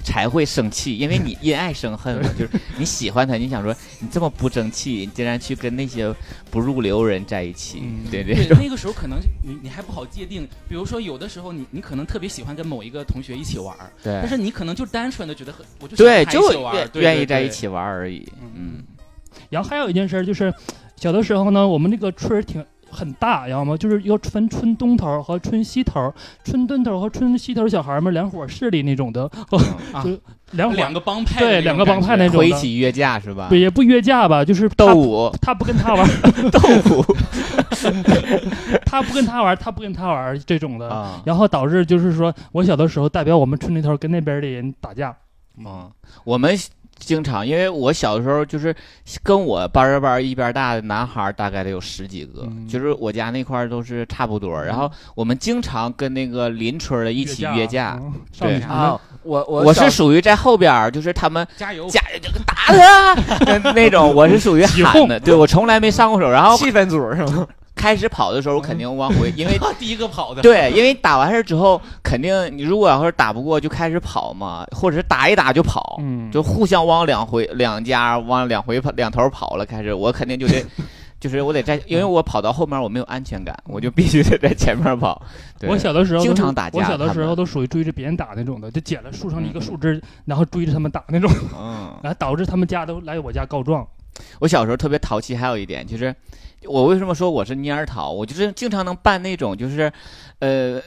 Speaker 3: 才会生气，因为你因爱生恨嘛，就是你喜欢他，你想说你这么不争气，你竟然去跟那些不入流人在一起，
Speaker 6: 嗯
Speaker 3: 对对
Speaker 5: 对，那个时候可能你你还不好界定，比如说有的时候你你可能特别喜欢跟某一个同学一起玩儿，但
Speaker 3: 对
Speaker 5: 是你可能就单纯的觉得很，我就喜
Speaker 3: 对，
Speaker 5: 欢他一起
Speaker 3: 就
Speaker 5: 玩儿，对
Speaker 3: 愿意在一。
Speaker 5: 对对
Speaker 3: 起玩而已，嗯，
Speaker 6: 然后还有一件事儿就是，小的时候呢，我们这个村儿挺很大，然后嘛，就是要分春东头儿和春西头儿，春东头儿和春西头儿小孩儿们两伙势力那种的，
Speaker 5: 啊
Speaker 6: 就两伙
Speaker 5: 两个帮派的
Speaker 6: 对
Speaker 5: 那种
Speaker 6: 两个帮派
Speaker 5: 感觉
Speaker 6: 那种
Speaker 3: 嗯会一
Speaker 6: 的，
Speaker 3: 起约架是吧
Speaker 6: 对？也不约架吧，就是他
Speaker 3: 斗舞，
Speaker 6: 他不跟他玩儿，
Speaker 3: 斗舞
Speaker 6: 他不跟他玩儿，他不跟他玩儿这种 的。
Speaker 3: 啊，
Speaker 6: 然后导致就是说，我小的时候代表我们村那头儿跟那边儿的人打架，
Speaker 3: 嗯，我们经常，因为我小的时候就是跟我班儿班儿一边儿大的男孩儿大概得有十几个，
Speaker 6: 嗯
Speaker 3: 就是我家那块儿都是差不多儿。然后我们经常跟那个邻村儿的一起约架。
Speaker 6: 嗯上女
Speaker 3: 对
Speaker 4: 啊
Speaker 6: 床，
Speaker 4: 我我
Speaker 3: 我
Speaker 4: 小
Speaker 3: 是属于在后边儿，就是他们
Speaker 5: 加油！
Speaker 3: 家这个打他啊 那那种，我是属于
Speaker 6: 起
Speaker 3: 喊
Speaker 6: 哄
Speaker 3: 的，对我从来没上过手。然后
Speaker 4: 气氛组是吗？
Speaker 3: 开始跑的时候，我肯定往回， 因为
Speaker 5: 第一个跑的，
Speaker 3: 对，因为打完事儿之后，肯定你如果要是打不过，就开始跑嘛，或者是打一打就跑，
Speaker 6: 嗯，
Speaker 3: 就互相往两回两家往两回跑两头跑了，开始我肯定 就得，就是我得在，因为我跑到后面我没有安全感，我就必须得在前面跑。对
Speaker 6: 我小的时候都
Speaker 3: 经
Speaker 6: 是
Speaker 3: 常打架
Speaker 6: 我小的
Speaker 3: 他
Speaker 6: 时
Speaker 3: 们
Speaker 6: 候都属于追着别人打那种的，就捡了树上的一个树枝，然后追着他们打那种，
Speaker 3: 嗯，
Speaker 6: 然后导致他们家都来我家告状。
Speaker 3: 我小时候特别淘气，还有一点就是，我为什么说我是蔫儿淘？我就是经常能办那种就是，呃。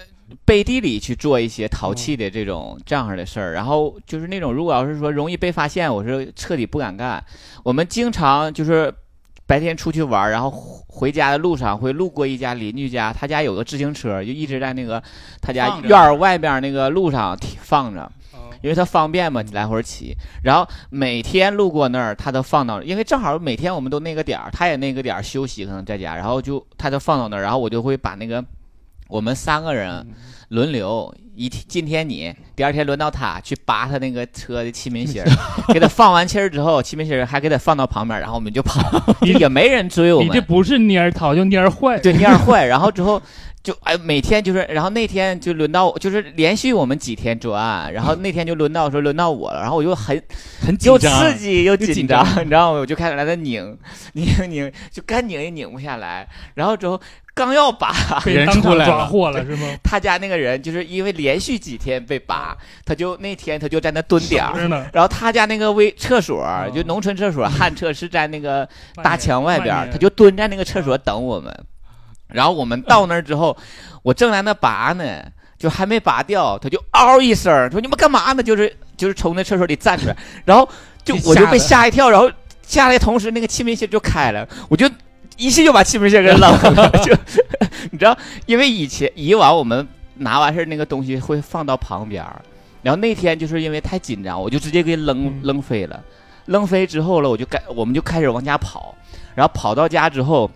Speaker 3: 背地里去做一些
Speaker 5: 嗯
Speaker 3: 淘气的这种这样的事儿，然后就是那种如果要是说容易被发现，我是彻底不敢干。我们经常就是白天出去玩儿，然后回回家的路上会路过一家邻居家，他家有个自行车，就一直在那个他家
Speaker 5: 放着
Speaker 3: 院儿外边那个路上停放着。因为他方便嘛，你来回骑。然后每天路过那儿，他都放到那儿，因为正好每天我们都那个点儿，他也那个点儿休息，可能在家，然后就他就放到那儿，然后我就会把那个我们三个人
Speaker 6: 嗯
Speaker 3: 轮流，一天今天你，第二天轮到他去拔他那个车的气 门芯儿，给他放完气儿之后，气门芯儿还给他放到旁边儿，然后我们就跑，
Speaker 6: 你
Speaker 3: 也没人追我
Speaker 6: 你这
Speaker 3: 们，
Speaker 6: 不是蔫儿淘，就蔫儿 坏。
Speaker 3: 对，蔫儿坏，然后之后。就哎，每天就是，然后那天就轮到，就是连续我们几天作案，然后那天就轮到说轮到我了，然后我就很
Speaker 5: 很
Speaker 3: 又
Speaker 5: 紧张
Speaker 3: 刺。激又
Speaker 5: 紧
Speaker 3: 紧张，你知道吗？我就开始来它拧，拧拧，就干拧也拧不下来。然后之后刚要拔，
Speaker 6: 被
Speaker 5: 人
Speaker 6: 当
Speaker 5: 出
Speaker 6: 场
Speaker 5: 来
Speaker 6: 抓
Speaker 5: 了
Speaker 6: 获了是吗？
Speaker 3: 他家那个人就是因为连续几天被拔，他就那天他就在那蹲点儿。
Speaker 6: 真的
Speaker 3: 然后他家那个卫厕所儿，
Speaker 5: 哦
Speaker 3: 就农村厕所儿，旱厕是在那个大墙外边儿，他就蹲在那个厕
Speaker 5: 嗯
Speaker 3: 所等我们。然后我们到那儿之后，我正在那拔呢，就还没拔掉，他就嗷一声说：“你们干嘛呢？”就是就是从那厕所里站 出来，然后就
Speaker 5: 被吓
Speaker 3: 我就被
Speaker 5: 得
Speaker 3: 吓一跳，然后下来同时那个气门芯就开了，我就一气就把气门芯给扔了， 就你知道，因为以前以往我们拿完事儿那个东西会放到旁边儿，然后那天就是因为太紧张，我就直接给扔、
Speaker 6: 嗯
Speaker 3: 扔飞了，扔飞之后了，我就该我们就开始往家跑，然后跑到家之后，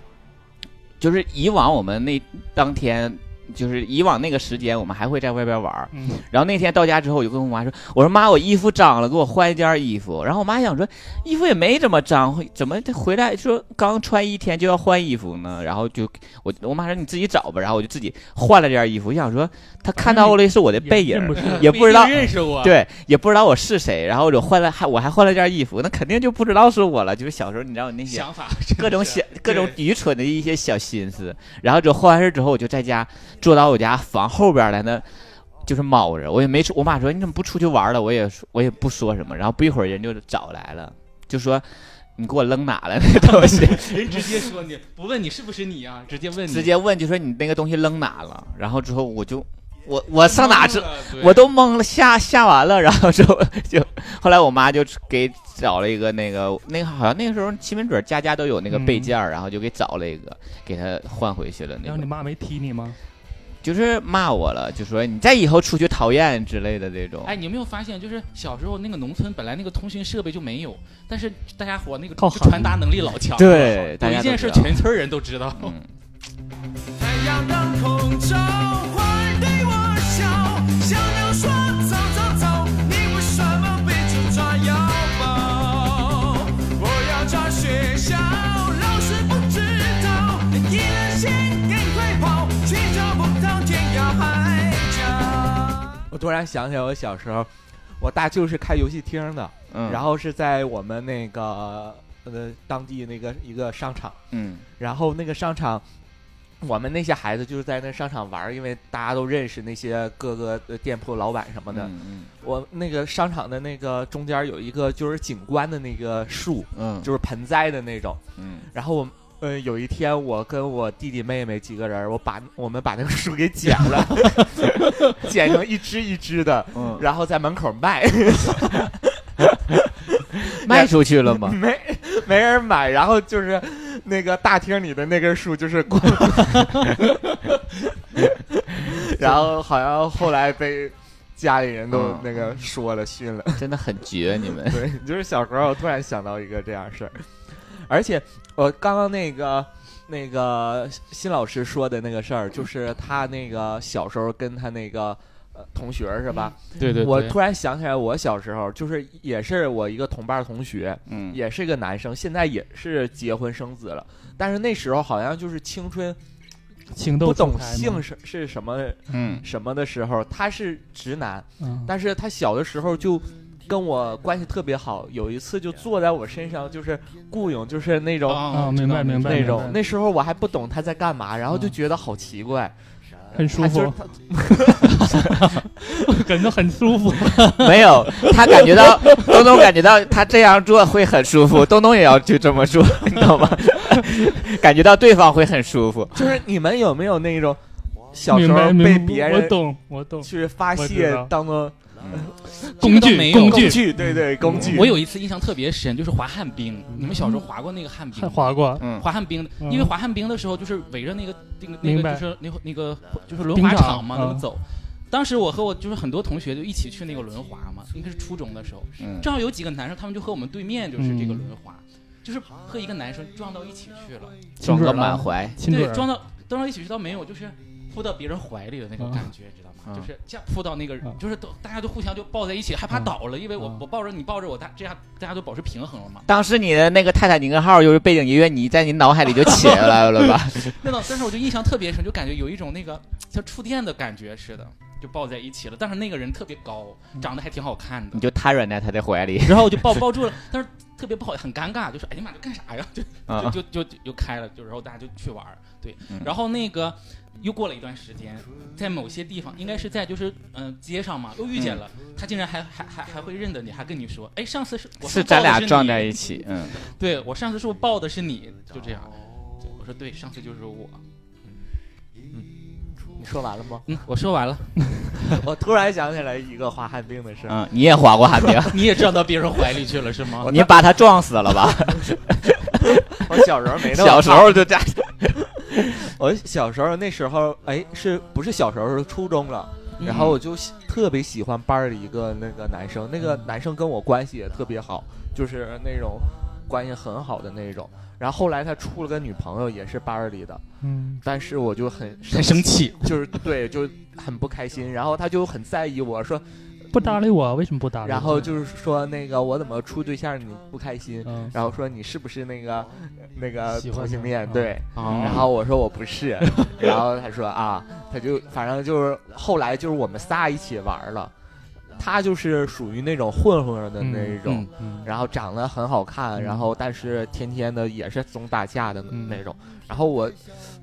Speaker 3: 就是以往我们那当天。就是以往那个时间，我们还会在外边玩儿
Speaker 6: 嗯
Speaker 3: 然后那天到家之后，我就跟我妈说：“我说妈，我衣服脏了，给我换一件衣服。”然后我妈想说：“衣服也没怎么脏，会怎么回来说刚穿一天就要换衣服呢？”然后就我我妈说：“你自己找吧。”然后我就自己换了件衣服。我想说，她看到了是我的背影
Speaker 6: 也认不出来，
Speaker 3: 也不知道
Speaker 2: 毕竟认识我，
Speaker 3: 对，也不知道我是谁。然后我就换了，还我还换了件衣服，那肯定就不知道是我了。就是小时候，你知道你那些
Speaker 2: 想法
Speaker 3: 各种小各种愚蠢的一些小心思。然后就换完事之后，我就在家坐到我家房后边儿来那，就是猫着。我也没说，我妈说你怎么不出去玩了？我也说我也不说什么。然后不一会儿人就找来了，就说你给我扔哪了那东西，
Speaker 2: 人直接说你不问你是不是你 啊，直接问你
Speaker 3: 直接问就说你那个东西扔哪了。然后之后我就我我上哪知
Speaker 2: 懵了对
Speaker 3: 我都懵了，吓吓完了，然后之后就后来我妈就给找了一个那个那个好像那个时候西门准家家都有那个
Speaker 6: 嗯
Speaker 3: 备件儿，然后就给找了一个给他换回去了那
Speaker 6: 然后你
Speaker 3: 种，
Speaker 6: 妈没踢你吗？
Speaker 3: 就是骂我了，就说你再以后出去讨厌之类的这种。
Speaker 5: 哎，你有没有发现，就是小时候那个农村本来那个通讯设备就没有，但是大家伙那个
Speaker 6: 靠
Speaker 5: 就
Speaker 6: 喊
Speaker 5: 传达能力老强。，
Speaker 3: 对，大
Speaker 5: 哎有
Speaker 3: 家都
Speaker 5: 一件
Speaker 3: 知
Speaker 5: 事
Speaker 3: 道
Speaker 5: 全村人都知道。
Speaker 3: 嗯，
Speaker 7: 太阳当空照，花儿对我笑，小鸟说走走走，你为什么被警察要抱？我要找学校，老师不知道，依然先赶快跑，却找不到天涯海角。
Speaker 4: 我突然想起来，我小时候，我大舅是开游戏厅的，
Speaker 3: 嗯
Speaker 4: 然后是在我们那个呃当地那个一个商场，
Speaker 3: 嗯
Speaker 4: 然后那个商场。我们那些孩子就是在那商场玩儿，因为大家都认识那些各个呃店铺老板什么的。
Speaker 3: 嗯嗯
Speaker 4: 我那个商场的那个中间有一个就是景观的那个树，
Speaker 3: 嗯
Speaker 4: 就是盆栽的那种。
Speaker 3: 嗯
Speaker 4: 然后我呃有一天，我跟我弟弟妹妹几个人儿，我把我们把那个树给剪了，剪成一支一支的，
Speaker 3: 嗯，
Speaker 4: 然后在门口卖，
Speaker 3: 卖出去了 吗？
Speaker 4: 没没人买。然后就是那个大厅里的那根树就是光， 然后好像后来被家里人都
Speaker 3: 嗯
Speaker 4: 那个说了训了。
Speaker 3: 真的很绝，你 们。
Speaker 4: 对，就是小时候我突然想到一个这样事儿，而且我刚刚那个那个新老师说的那个事儿，就是他那个小时候跟他那个。呃，同学是吧？
Speaker 5: 对对
Speaker 4: 我突然想起来，我小时候就是也是我一个同班同学，
Speaker 3: 嗯
Speaker 4: 也是个男生，现在也是结婚生子了。但是那时候好像就是青春
Speaker 6: 情窦
Speaker 4: 不
Speaker 6: 初
Speaker 4: 懂
Speaker 6: 开吗
Speaker 4: 性是是什么
Speaker 3: 嗯
Speaker 4: 什么的时候，他是直男，
Speaker 6: 嗯
Speaker 4: 但是他小的时候就跟我关系特别好，有一次就坐在我身上，就是雇佣，就是那种、
Speaker 5: 啊
Speaker 6: 啊，明白明白
Speaker 4: 那
Speaker 6: 明白
Speaker 4: 种。那时候我还不懂他在干嘛，然后就觉得好奇怪，
Speaker 6: 嗯很舒
Speaker 4: 他就是
Speaker 6: 服，
Speaker 4: 他
Speaker 6: 感觉很舒服。
Speaker 3: 没有，他感觉到东东感觉到他这样做会很舒服，东东也要就这么做，你知道吗？ 感觉到对方会很舒服。
Speaker 4: 就是你们有没有那种小时
Speaker 6: 明白
Speaker 4: 候
Speaker 6: 明
Speaker 4: 被
Speaker 6: 白
Speaker 4: 别
Speaker 6: 我
Speaker 4: 人
Speaker 6: 懂我懂
Speaker 4: 去发
Speaker 6: 我
Speaker 4: 泄
Speaker 6: 知道嗯
Speaker 4: 当做
Speaker 6: 工
Speaker 5: 这个倒
Speaker 6: 具
Speaker 5: 没有
Speaker 6: 工
Speaker 4: 工
Speaker 6: 具，
Speaker 4: 具？对对，工具。
Speaker 5: 我有一次印象特别深，就是滑旱冰。你们小时候滑过那个旱冰
Speaker 6: 嗯还
Speaker 5: 吗？
Speaker 6: 划过
Speaker 3: 嗯
Speaker 5: 滑旱冰的，
Speaker 6: 嗯
Speaker 5: 因为滑旱冰的时候就是围着那个那个那
Speaker 6: 明
Speaker 5: 个
Speaker 6: 白
Speaker 5: 就是那会那个就是轮滑
Speaker 6: 冰
Speaker 5: 场
Speaker 6: 场
Speaker 5: 嘛，
Speaker 6: 嗯
Speaker 5: 那么走。当时我和我就是很多同学就一起去那个轮滑嘛，应该是初中的时候，
Speaker 3: 嗯
Speaker 5: 正好有几个男生，他们就和我们对面就是这个
Speaker 6: 嗯
Speaker 5: 轮滑，就是和一个男生撞到一起去了，
Speaker 6: 亲
Speaker 3: 装个
Speaker 6: 嘴
Speaker 3: 满
Speaker 6: 了，
Speaker 3: 怀，
Speaker 6: 亲嘴
Speaker 5: 对，
Speaker 6: 儿啊
Speaker 5: 撞到撞到一起去倒没有，就是扑到别人怀里的那种感觉，知道吗？
Speaker 3: 嗯
Speaker 5: 就是这样扑到那个
Speaker 6: 嗯，
Speaker 5: 就是都大家都互相就抱在一起，害怕
Speaker 6: 嗯
Speaker 5: 倒了，因为我
Speaker 6: 嗯
Speaker 5: 我抱着你抱着我，大这样大家都保持平衡 了嘛。
Speaker 3: 当时你的那个泰坦尼克号就是背景音乐，你在你脑海里就起来了 吧？
Speaker 5: 那倒，但是我就印象特别深，就感觉有一种那个像触电的感觉似的，就抱在一起了。但
Speaker 6: 嗯
Speaker 5: 是那个人特别高，长得还挺好看的
Speaker 3: 你，就瘫软在他的怀里。
Speaker 5: 然后我就抱抱住了，但是特别不好，很尴尬，就说哎呀妈，这干啥呀？ 就
Speaker 3: 啊
Speaker 5: 就就就就开了，就然后大家就去玩儿，对
Speaker 3: 嗯，
Speaker 5: 然后那个又过了一段时间，在某些地方，应该是在就是嗯、呃街上嘛，又遇
Speaker 3: 嗯
Speaker 5: 见了，他竟然还还还还会认得你，还跟你说，哎，上次是我
Speaker 3: 是
Speaker 5: 是
Speaker 3: 咱
Speaker 5: 抱
Speaker 3: 俩
Speaker 5: 的是
Speaker 3: 撞
Speaker 5: 你
Speaker 3: 在一，起，嗯，
Speaker 5: 对我上次是不是抱的是你？就这样，我说对，上次就是我，
Speaker 4: 你说完了吗？
Speaker 5: 嗯，我说完了，
Speaker 4: 我突然想起来一个滑旱冰的 事儿，
Speaker 3: 嗯，你也滑过旱冰，
Speaker 5: 你也撞到别人怀里去了是吗？
Speaker 3: 你把他撞死了吧？
Speaker 4: 我小时候没那么
Speaker 3: 小时候就这样，
Speaker 4: 我哎小时候那时候，哎，是不是小时候是初中了？
Speaker 6: 嗯
Speaker 4: 然后我就喜特别喜欢班儿里一个那个男生，那
Speaker 6: 嗯
Speaker 4: 个男生跟我关系也特别好，就是那种关系很好的那种。然后后来他处了个女朋友，也是班儿里的，
Speaker 6: 嗯，
Speaker 4: 但是我就很
Speaker 5: 很生气，
Speaker 4: 就是对，就很不开心。然后他就很在意我说，
Speaker 6: 不搭理我，为什么不搭理我？
Speaker 4: 然后就是说那个我怎么处对象你不开心，
Speaker 6: 嗯，
Speaker 4: 然后说你是不是那个那个
Speaker 6: 喜欢
Speaker 4: 同性
Speaker 6: 他
Speaker 4: 恋？
Speaker 6: 啊
Speaker 4: 对，
Speaker 5: 嗯
Speaker 4: 然后我说我 不是，然后他说啊，他就反正就是后来就是我们仨一起玩了，他就是属于那种混混的那一种，
Speaker 5: 嗯
Speaker 6: 嗯
Speaker 4: 然后长得很好看，然后但是天天的也是总打架的
Speaker 6: 嗯
Speaker 4: 那种。然后我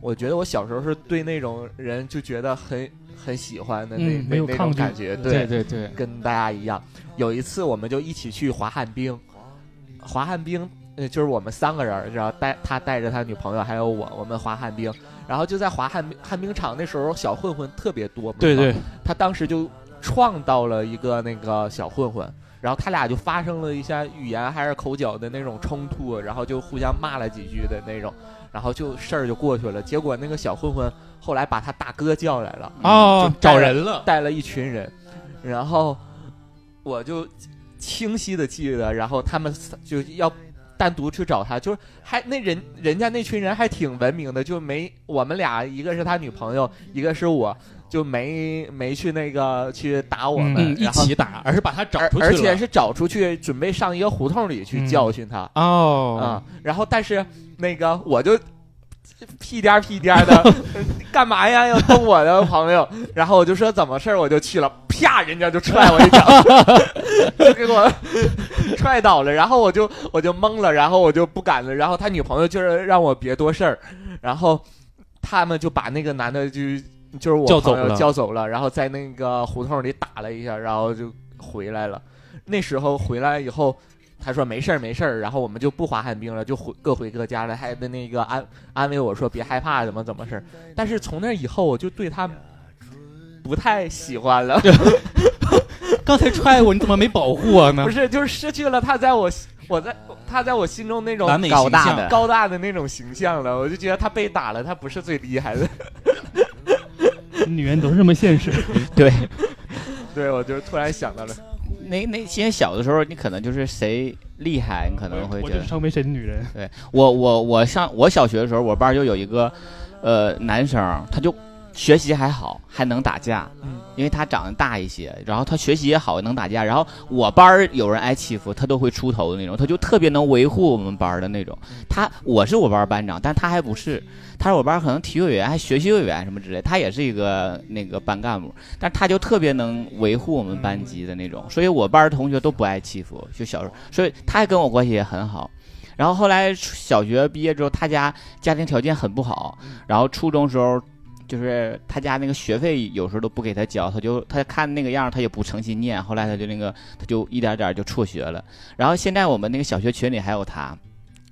Speaker 4: 我觉得我小时候是对那种人就觉得很很喜欢的那、
Speaker 6: 嗯没
Speaker 4: 那
Speaker 6: 有
Speaker 4: 那
Speaker 6: 抗
Speaker 4: 种
Speaker 6: 拒
Speaker 4: 感觉，对
Speaker 5: 对对对，
Speaker 4: 跟大家一样，有一次我们就一起去滑旱冰，滑旱冰，呃，就是我们三个人儿，然后带他带着他女朋友还有我，我们滑旱冰，然后就在滑旱冰旱冰场那时候小混混特别多嘛，
Speaker 5: 对对，
Speaker 4: 他当时就撞到了一个那个小混混。然后他俩就发生了一下语言还是口角的那种冲突，然后就互相骂了几句的那种，然后就事儿就过去了。结果那个小混混后来把他大哥叫来了，
Speaker 5: 哦
Speaker 4: 嗯就，
Speaker 5: 找
Speaker 4: 带了
Speaker 5: 人了，
Speaker 4: 带了一群人，然后我就清晰的记得，然后他们仨就要单独去找他，就是还那人人家那群人还挺文明的，就没我们俩，一个是他女朋友，一个是我，就没没去那个去打我们，
Speaker 5: 嗯，一
Speaker 4: 然后
Speaker 5: 起打，而是把他找
Speaker 4: 而
Speaker 5: 出去了，
Speaker 4: 而且是找出去，准备上一个胡同里去
Speaker 6: 嗯
Speaker 4: 教训他。
Speaker 5: 哦
Speaker 4: 啊、，然后但是那个我就屁颠儿屁颠儿的，干嘛呀？要动我的朋友？然后我就说怎么事儿，我就去了，啪，人家就踹我一脚，就给我 踹倒了。然后我就我就懵了，然后我就不敢了。然后他女朋友就是让我别多事儿，然后他们就把那个男的就就是我
Speaker 5: 叫走
Speaker 4: 朋友
Speaker 5: 了
Speaker 4: 叫走了，然后在那个胡同里打了一下，然后就回来了。那时候回来以后，他说没事儿没事儿，然后我们就不滑旱冰了，就回各回各家了，还的那个安安慰我说别害怕，怎么怎么事儿。但是从那以后，我就对他不太喜欢了，
Speaker 5: 刚才踹我，你怎么没保护我
Speaker 3: 嗯
Speaker 5: 呢
Speaker 4: 不？是就是失去了他在我心我在他在我心中那种
Speaker 5: 完美
Speaker 4: 高
Speaker 5: 形
Speaker 4: 大
Speaker 5: 象
Speaker 4: 的高大的那种形象了，我就觉得他被打了，他不是最厉害的。
Speaker 6: 女人都是这么现实，
Speaker 3: 对。
Speaker 4: 对，我就是突然想到了，
Speaker 3: 那那些小的时候，你可能就是谁厉害，哎你可能会
Speaker 6: 我就
Speaker 3: 觉得
Speaker 6: 是成为谁的女人。
Speaker 3: 我我我上我小学的时候，我班就有一个呃男生，他就学习还好，还能打架，因为他长得大一些，然后他学习也好，能打架。然后我班儿有人挨欺负，他都会出头的那种，他就特别能维护我们班儿的那种。他我是我班儿班长，但他还不是，他是我班儿可能体育委员还学习委员什么之类，他也是一个那个班干部，但他就特别能维护我们班级的那种，所以我班儿同学都不爱欺负我，就小时候，所以他跟我关系也很好。然后后来小学毕业之后，他家家庭条件很不好，然后初中时候。就是他家那个学费有时候都不给他交，他就他看那个样儿他也不诚心念，后来他就那个他就一点点儿就辍学了。然后现在我们那个小学群里还有他，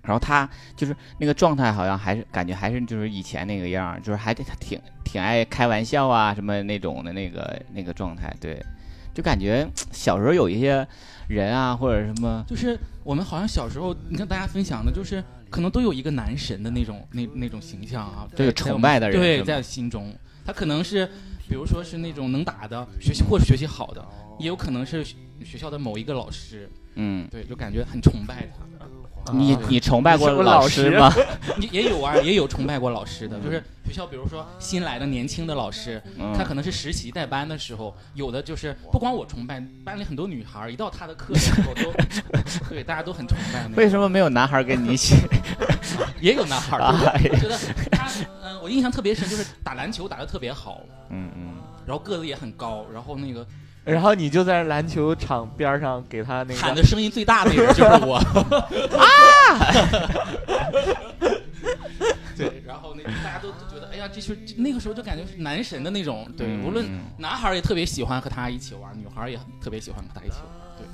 Speaker 3: 然后他就是那个状态好像还是感觉还是就是以前那个样儿，就是还挺挺挺爱开玩笑啊什么那种的那个那个状态，对，就感觉小时候有一些人啊或者什么，
Speaker 5: 就是我们好像小时候，你看大家分享的，就是可能都有一个男神的那种那那种形象啊，
Speaker 3: 这个
Speaker 5: 在在我
Speaker 3: 崇
Speaker 5: 们
Speaker 3: 拜的人是
Speaker 5: 对，
Speaker 3: 吗
Speaker 5: 在心中，他可能是，比如说是那种能打的，学习或者学习好的，
Speaker 3: 哦
Speaker 5: 也有可能是学学校的某一个老师，
Speaker 3: 嗯，
Speaker 5: 对，就感觉很崇拜 他。
Speaker 3: 你你崇拜过
Speaker 4: 你是不是
Speaker 3: 老
Speaker 4: 老
Speaker 3: 师
Speaker 4: 师
Speaker 3: 吗？
Speaker 5: 也也有啊，也有崇拜过老师的，就是学校，比如说新来的年轻的老师，
Speaker 3: 嗯
Speaker 5: 他可能是实习带班的时候，有的就是不光我崇拜，班里很多女孩儿一到他的课的时 候都，对大家都很崇拜那种。
Speaker 3: 为什么没有男孩跟你一 起？
Speaker 5: 也有男孩儿？
Speaker 3: 哎
Speaker 5: 我觉得他，嗯，我印象特别深，就是打篮球打得特别好，
Speaker 3: 嗯嗯，
Speaker 5: 然后个子也很高，然后那个
Speaker 4: 然后你就在篮球场边儿上给他那
Speaker 5: 喊
Speaker 4: 个
Speaker 5: 的声音最大的人就是我啊！对，然后那大家都都觉得，哎呀，这是那个时候就感觉是男神的那种，对，
Speaker 3: 嗯
Speaker 5: 无论男孩儿也特别喜欢和他一起玩，女孩儿也特别喜欢和他一起玩，对。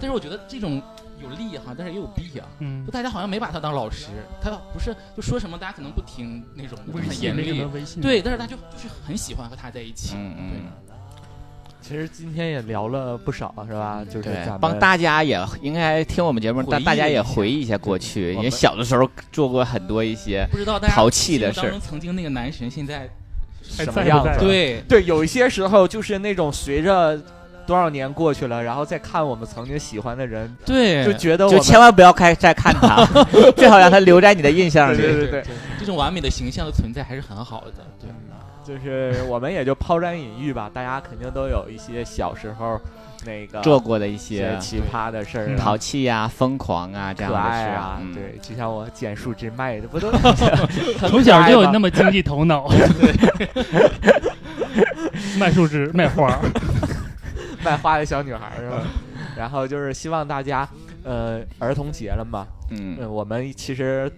Speaker 5: 但是我觉得这种有利哈、但是也有弊啊。
Speaker 6: 嗯
Speaker 5: 就，大家好像没把他当老师，他不是就说什么大家可能不听那种，就
Speaker 6: 微
Speaker 5: 是很
Speaker 6: 信
Speaker 5: 严
Speaker 6: 没给
Speaker 5: 厉
Speaker 6: 他。微信，
Speaker 5: 对，但是他就就是很喜欢和他在一起。
Speaker 3: 嗯嗯。
Speaker 4: 其实今天也聊了不少，是吧？就是
Speaker 3: 对
Speaker 4: 咱们，
Speaker 3: 帮大家也应该听我们节目，
Speaker 5: 回忆
Speaker 3: 但大家也
Speaker 5: 一下
Speaker 3: 回忆一下过去，
Speaker 4: 我
Speaker 3: 因
Speaker 4: 们
Speaker 3: 为小的时候做过很多一些
Speaker 5: 不知道大家
Speaker 3: 淘气的
Speaker 5: 心目当
Speaker 3: 事
Speaker 5: 中曾经那个男神现在
Speaker 6: 还
Speaker 4: 什
Speaker 6: 在
Speaker 4: 么
Speaker 6: 不
Speaker 4: 样
Speaker 6: 在
Speaker 4: 子？
Speaker 5: 对
Speaker 4: 对，有一些时候就是那种随着多少年过去了，然后再看我们曾经喜欢的人，
Speaker 5: 对
Speaker 4: 就觉得我
Speaker 3: 就
Speaker 4: 们
Speaker 3: 千万不要开再看 他，最好让他留在你的印象
Speaker 4: 对对
Speaker 3: 里。
Speaker 4: 对对，
Speaker 5: 这种完美的形象的存在还是很好的。对，
Speaker 4: 就是我们也就抛砖引玉吧，大家肯定都有一些小时候那 个
Speaker 3: 做过的一
Speaker 4: 一
Speaker 3: 些
Speaker 4: 些奇葩的事儿
Speaker 6: 嗯
Speaker 4: 啊。
Speaker 3: 淘气呀、疯狂啊这样
Speaker 4: 可
Speaker 3: 的
Speaker 4: 爱
Speaker 3: 事
Speaker 4: 啊，
Speaker 3: 啊嗯
Speaker 4: 对，就像我捡树枝 卖的，不都
Speaker 6: 从小就有那么经济头 脑，卖树枝卖花儿，
Speaker 4: 卖花的小女孩儿是吧？然后就是希望大家，呃，儿童节了嘛，
Speaker 3: 嗯
Speaker 4: 嗯，我们其实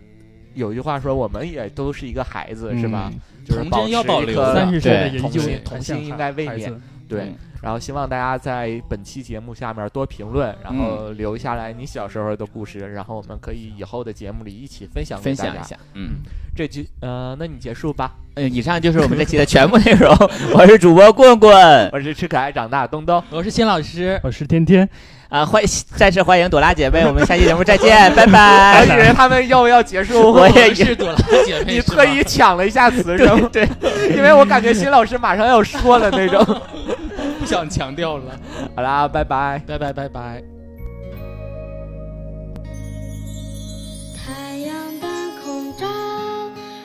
Speaker 4: 有句话说，我们也都是一个孩子，是吧？
Speaker 3: 嗯
Speaker 4: 就是
Speaker 5: 童真要
Speaker 4: 保
Speaker 5: 保
Speaker 4: 持一
Speaker 5: 留
Speaker 4: 颗
Speaker 6: 嗯三十岁的
Speaker 3: 对
Speaker 6: 也
Speaker 4: 童
Speaker 6: 依旧
Speaker 4: 心童
Speaker 6: 还像
Speaker 4: 心应
Speaker 6: 孩
Speaker 4: 该未
Speaker 6: 孩
Speaker 4: 免
Speaker 6: 子
Speaker 4: 对
Speaker 3: 嗯。
Speaker 4: 然后希望大家在本期节目下面多评论，然后
Speaker 3: 嗯
Speaker 4: 留下来你小时候的故事，然后我们可以以后的节目里一起分享给
Speaker 3: 分
Speaker 4: 大
Speaker 3: 享
Speaker 4: 家
Speaker 3: 一。下，嗯，
Speaker 4: 这句，呃，那你结束吧。
Speaker 3: 呃以上就是我们这期的全部内 容。我是主播棍棍
Speaker 4: 我是吃可爱长大的东东，
Speaker 5: 我是新老师，
Speaker 6: 我是天天，
Speaker 3: 啊，欢再次欢迎朵拉姐妹，我们下期节目再见， 拜
Speaker 4: 还以
Speaker 3: 拜。
Speaker 4: 为他们要不要结束？
Speaker 3: 我也
Speaker 5: 我是朵拉姐妹，
Speaker 4: 你
Speaker 5: 是
Speaker 4: 特
Speaker 5: 吗
Speaker 4: 意抢了一下词，是吗？对， 因为我感觉新老师马上要说了那种。
Speaker 5: 不想强调了。
Speaker 4: 好啦，拜拜。
Speaker 5: 拜拜拜拜。
Speaker 8: 太阳半空照，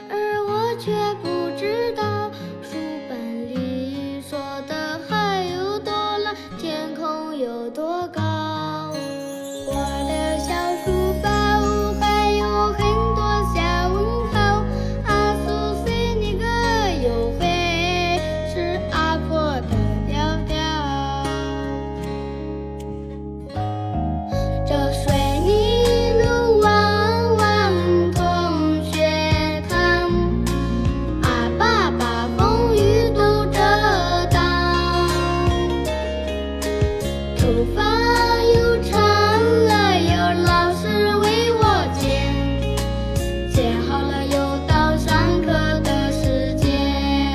Speaker 8: 而我却不知道，书本里说的海有多蓝，天空有多高。我的小书包还有很多小问号，阿苏西尼格有会是阿婆的调调。这水泥路弯弯，同学看，阿爸把风雨都遮挡。头发又长了，有老师为我剪，剪好了又到上课的时间。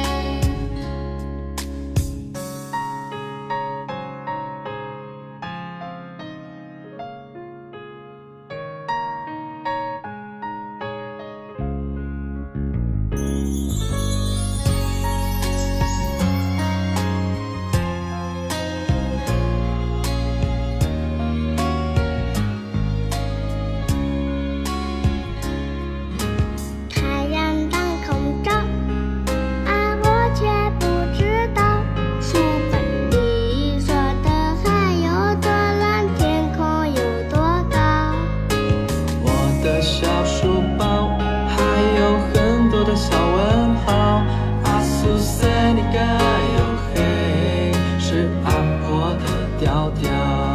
Speaker 8: 太阳当空照，而我却不知道，书本里说的海有多蓝，天空有多高。
Speaker 7: 我的小书包还有很多的小问号。阿苏塞尼格有黑是阿婆的调调。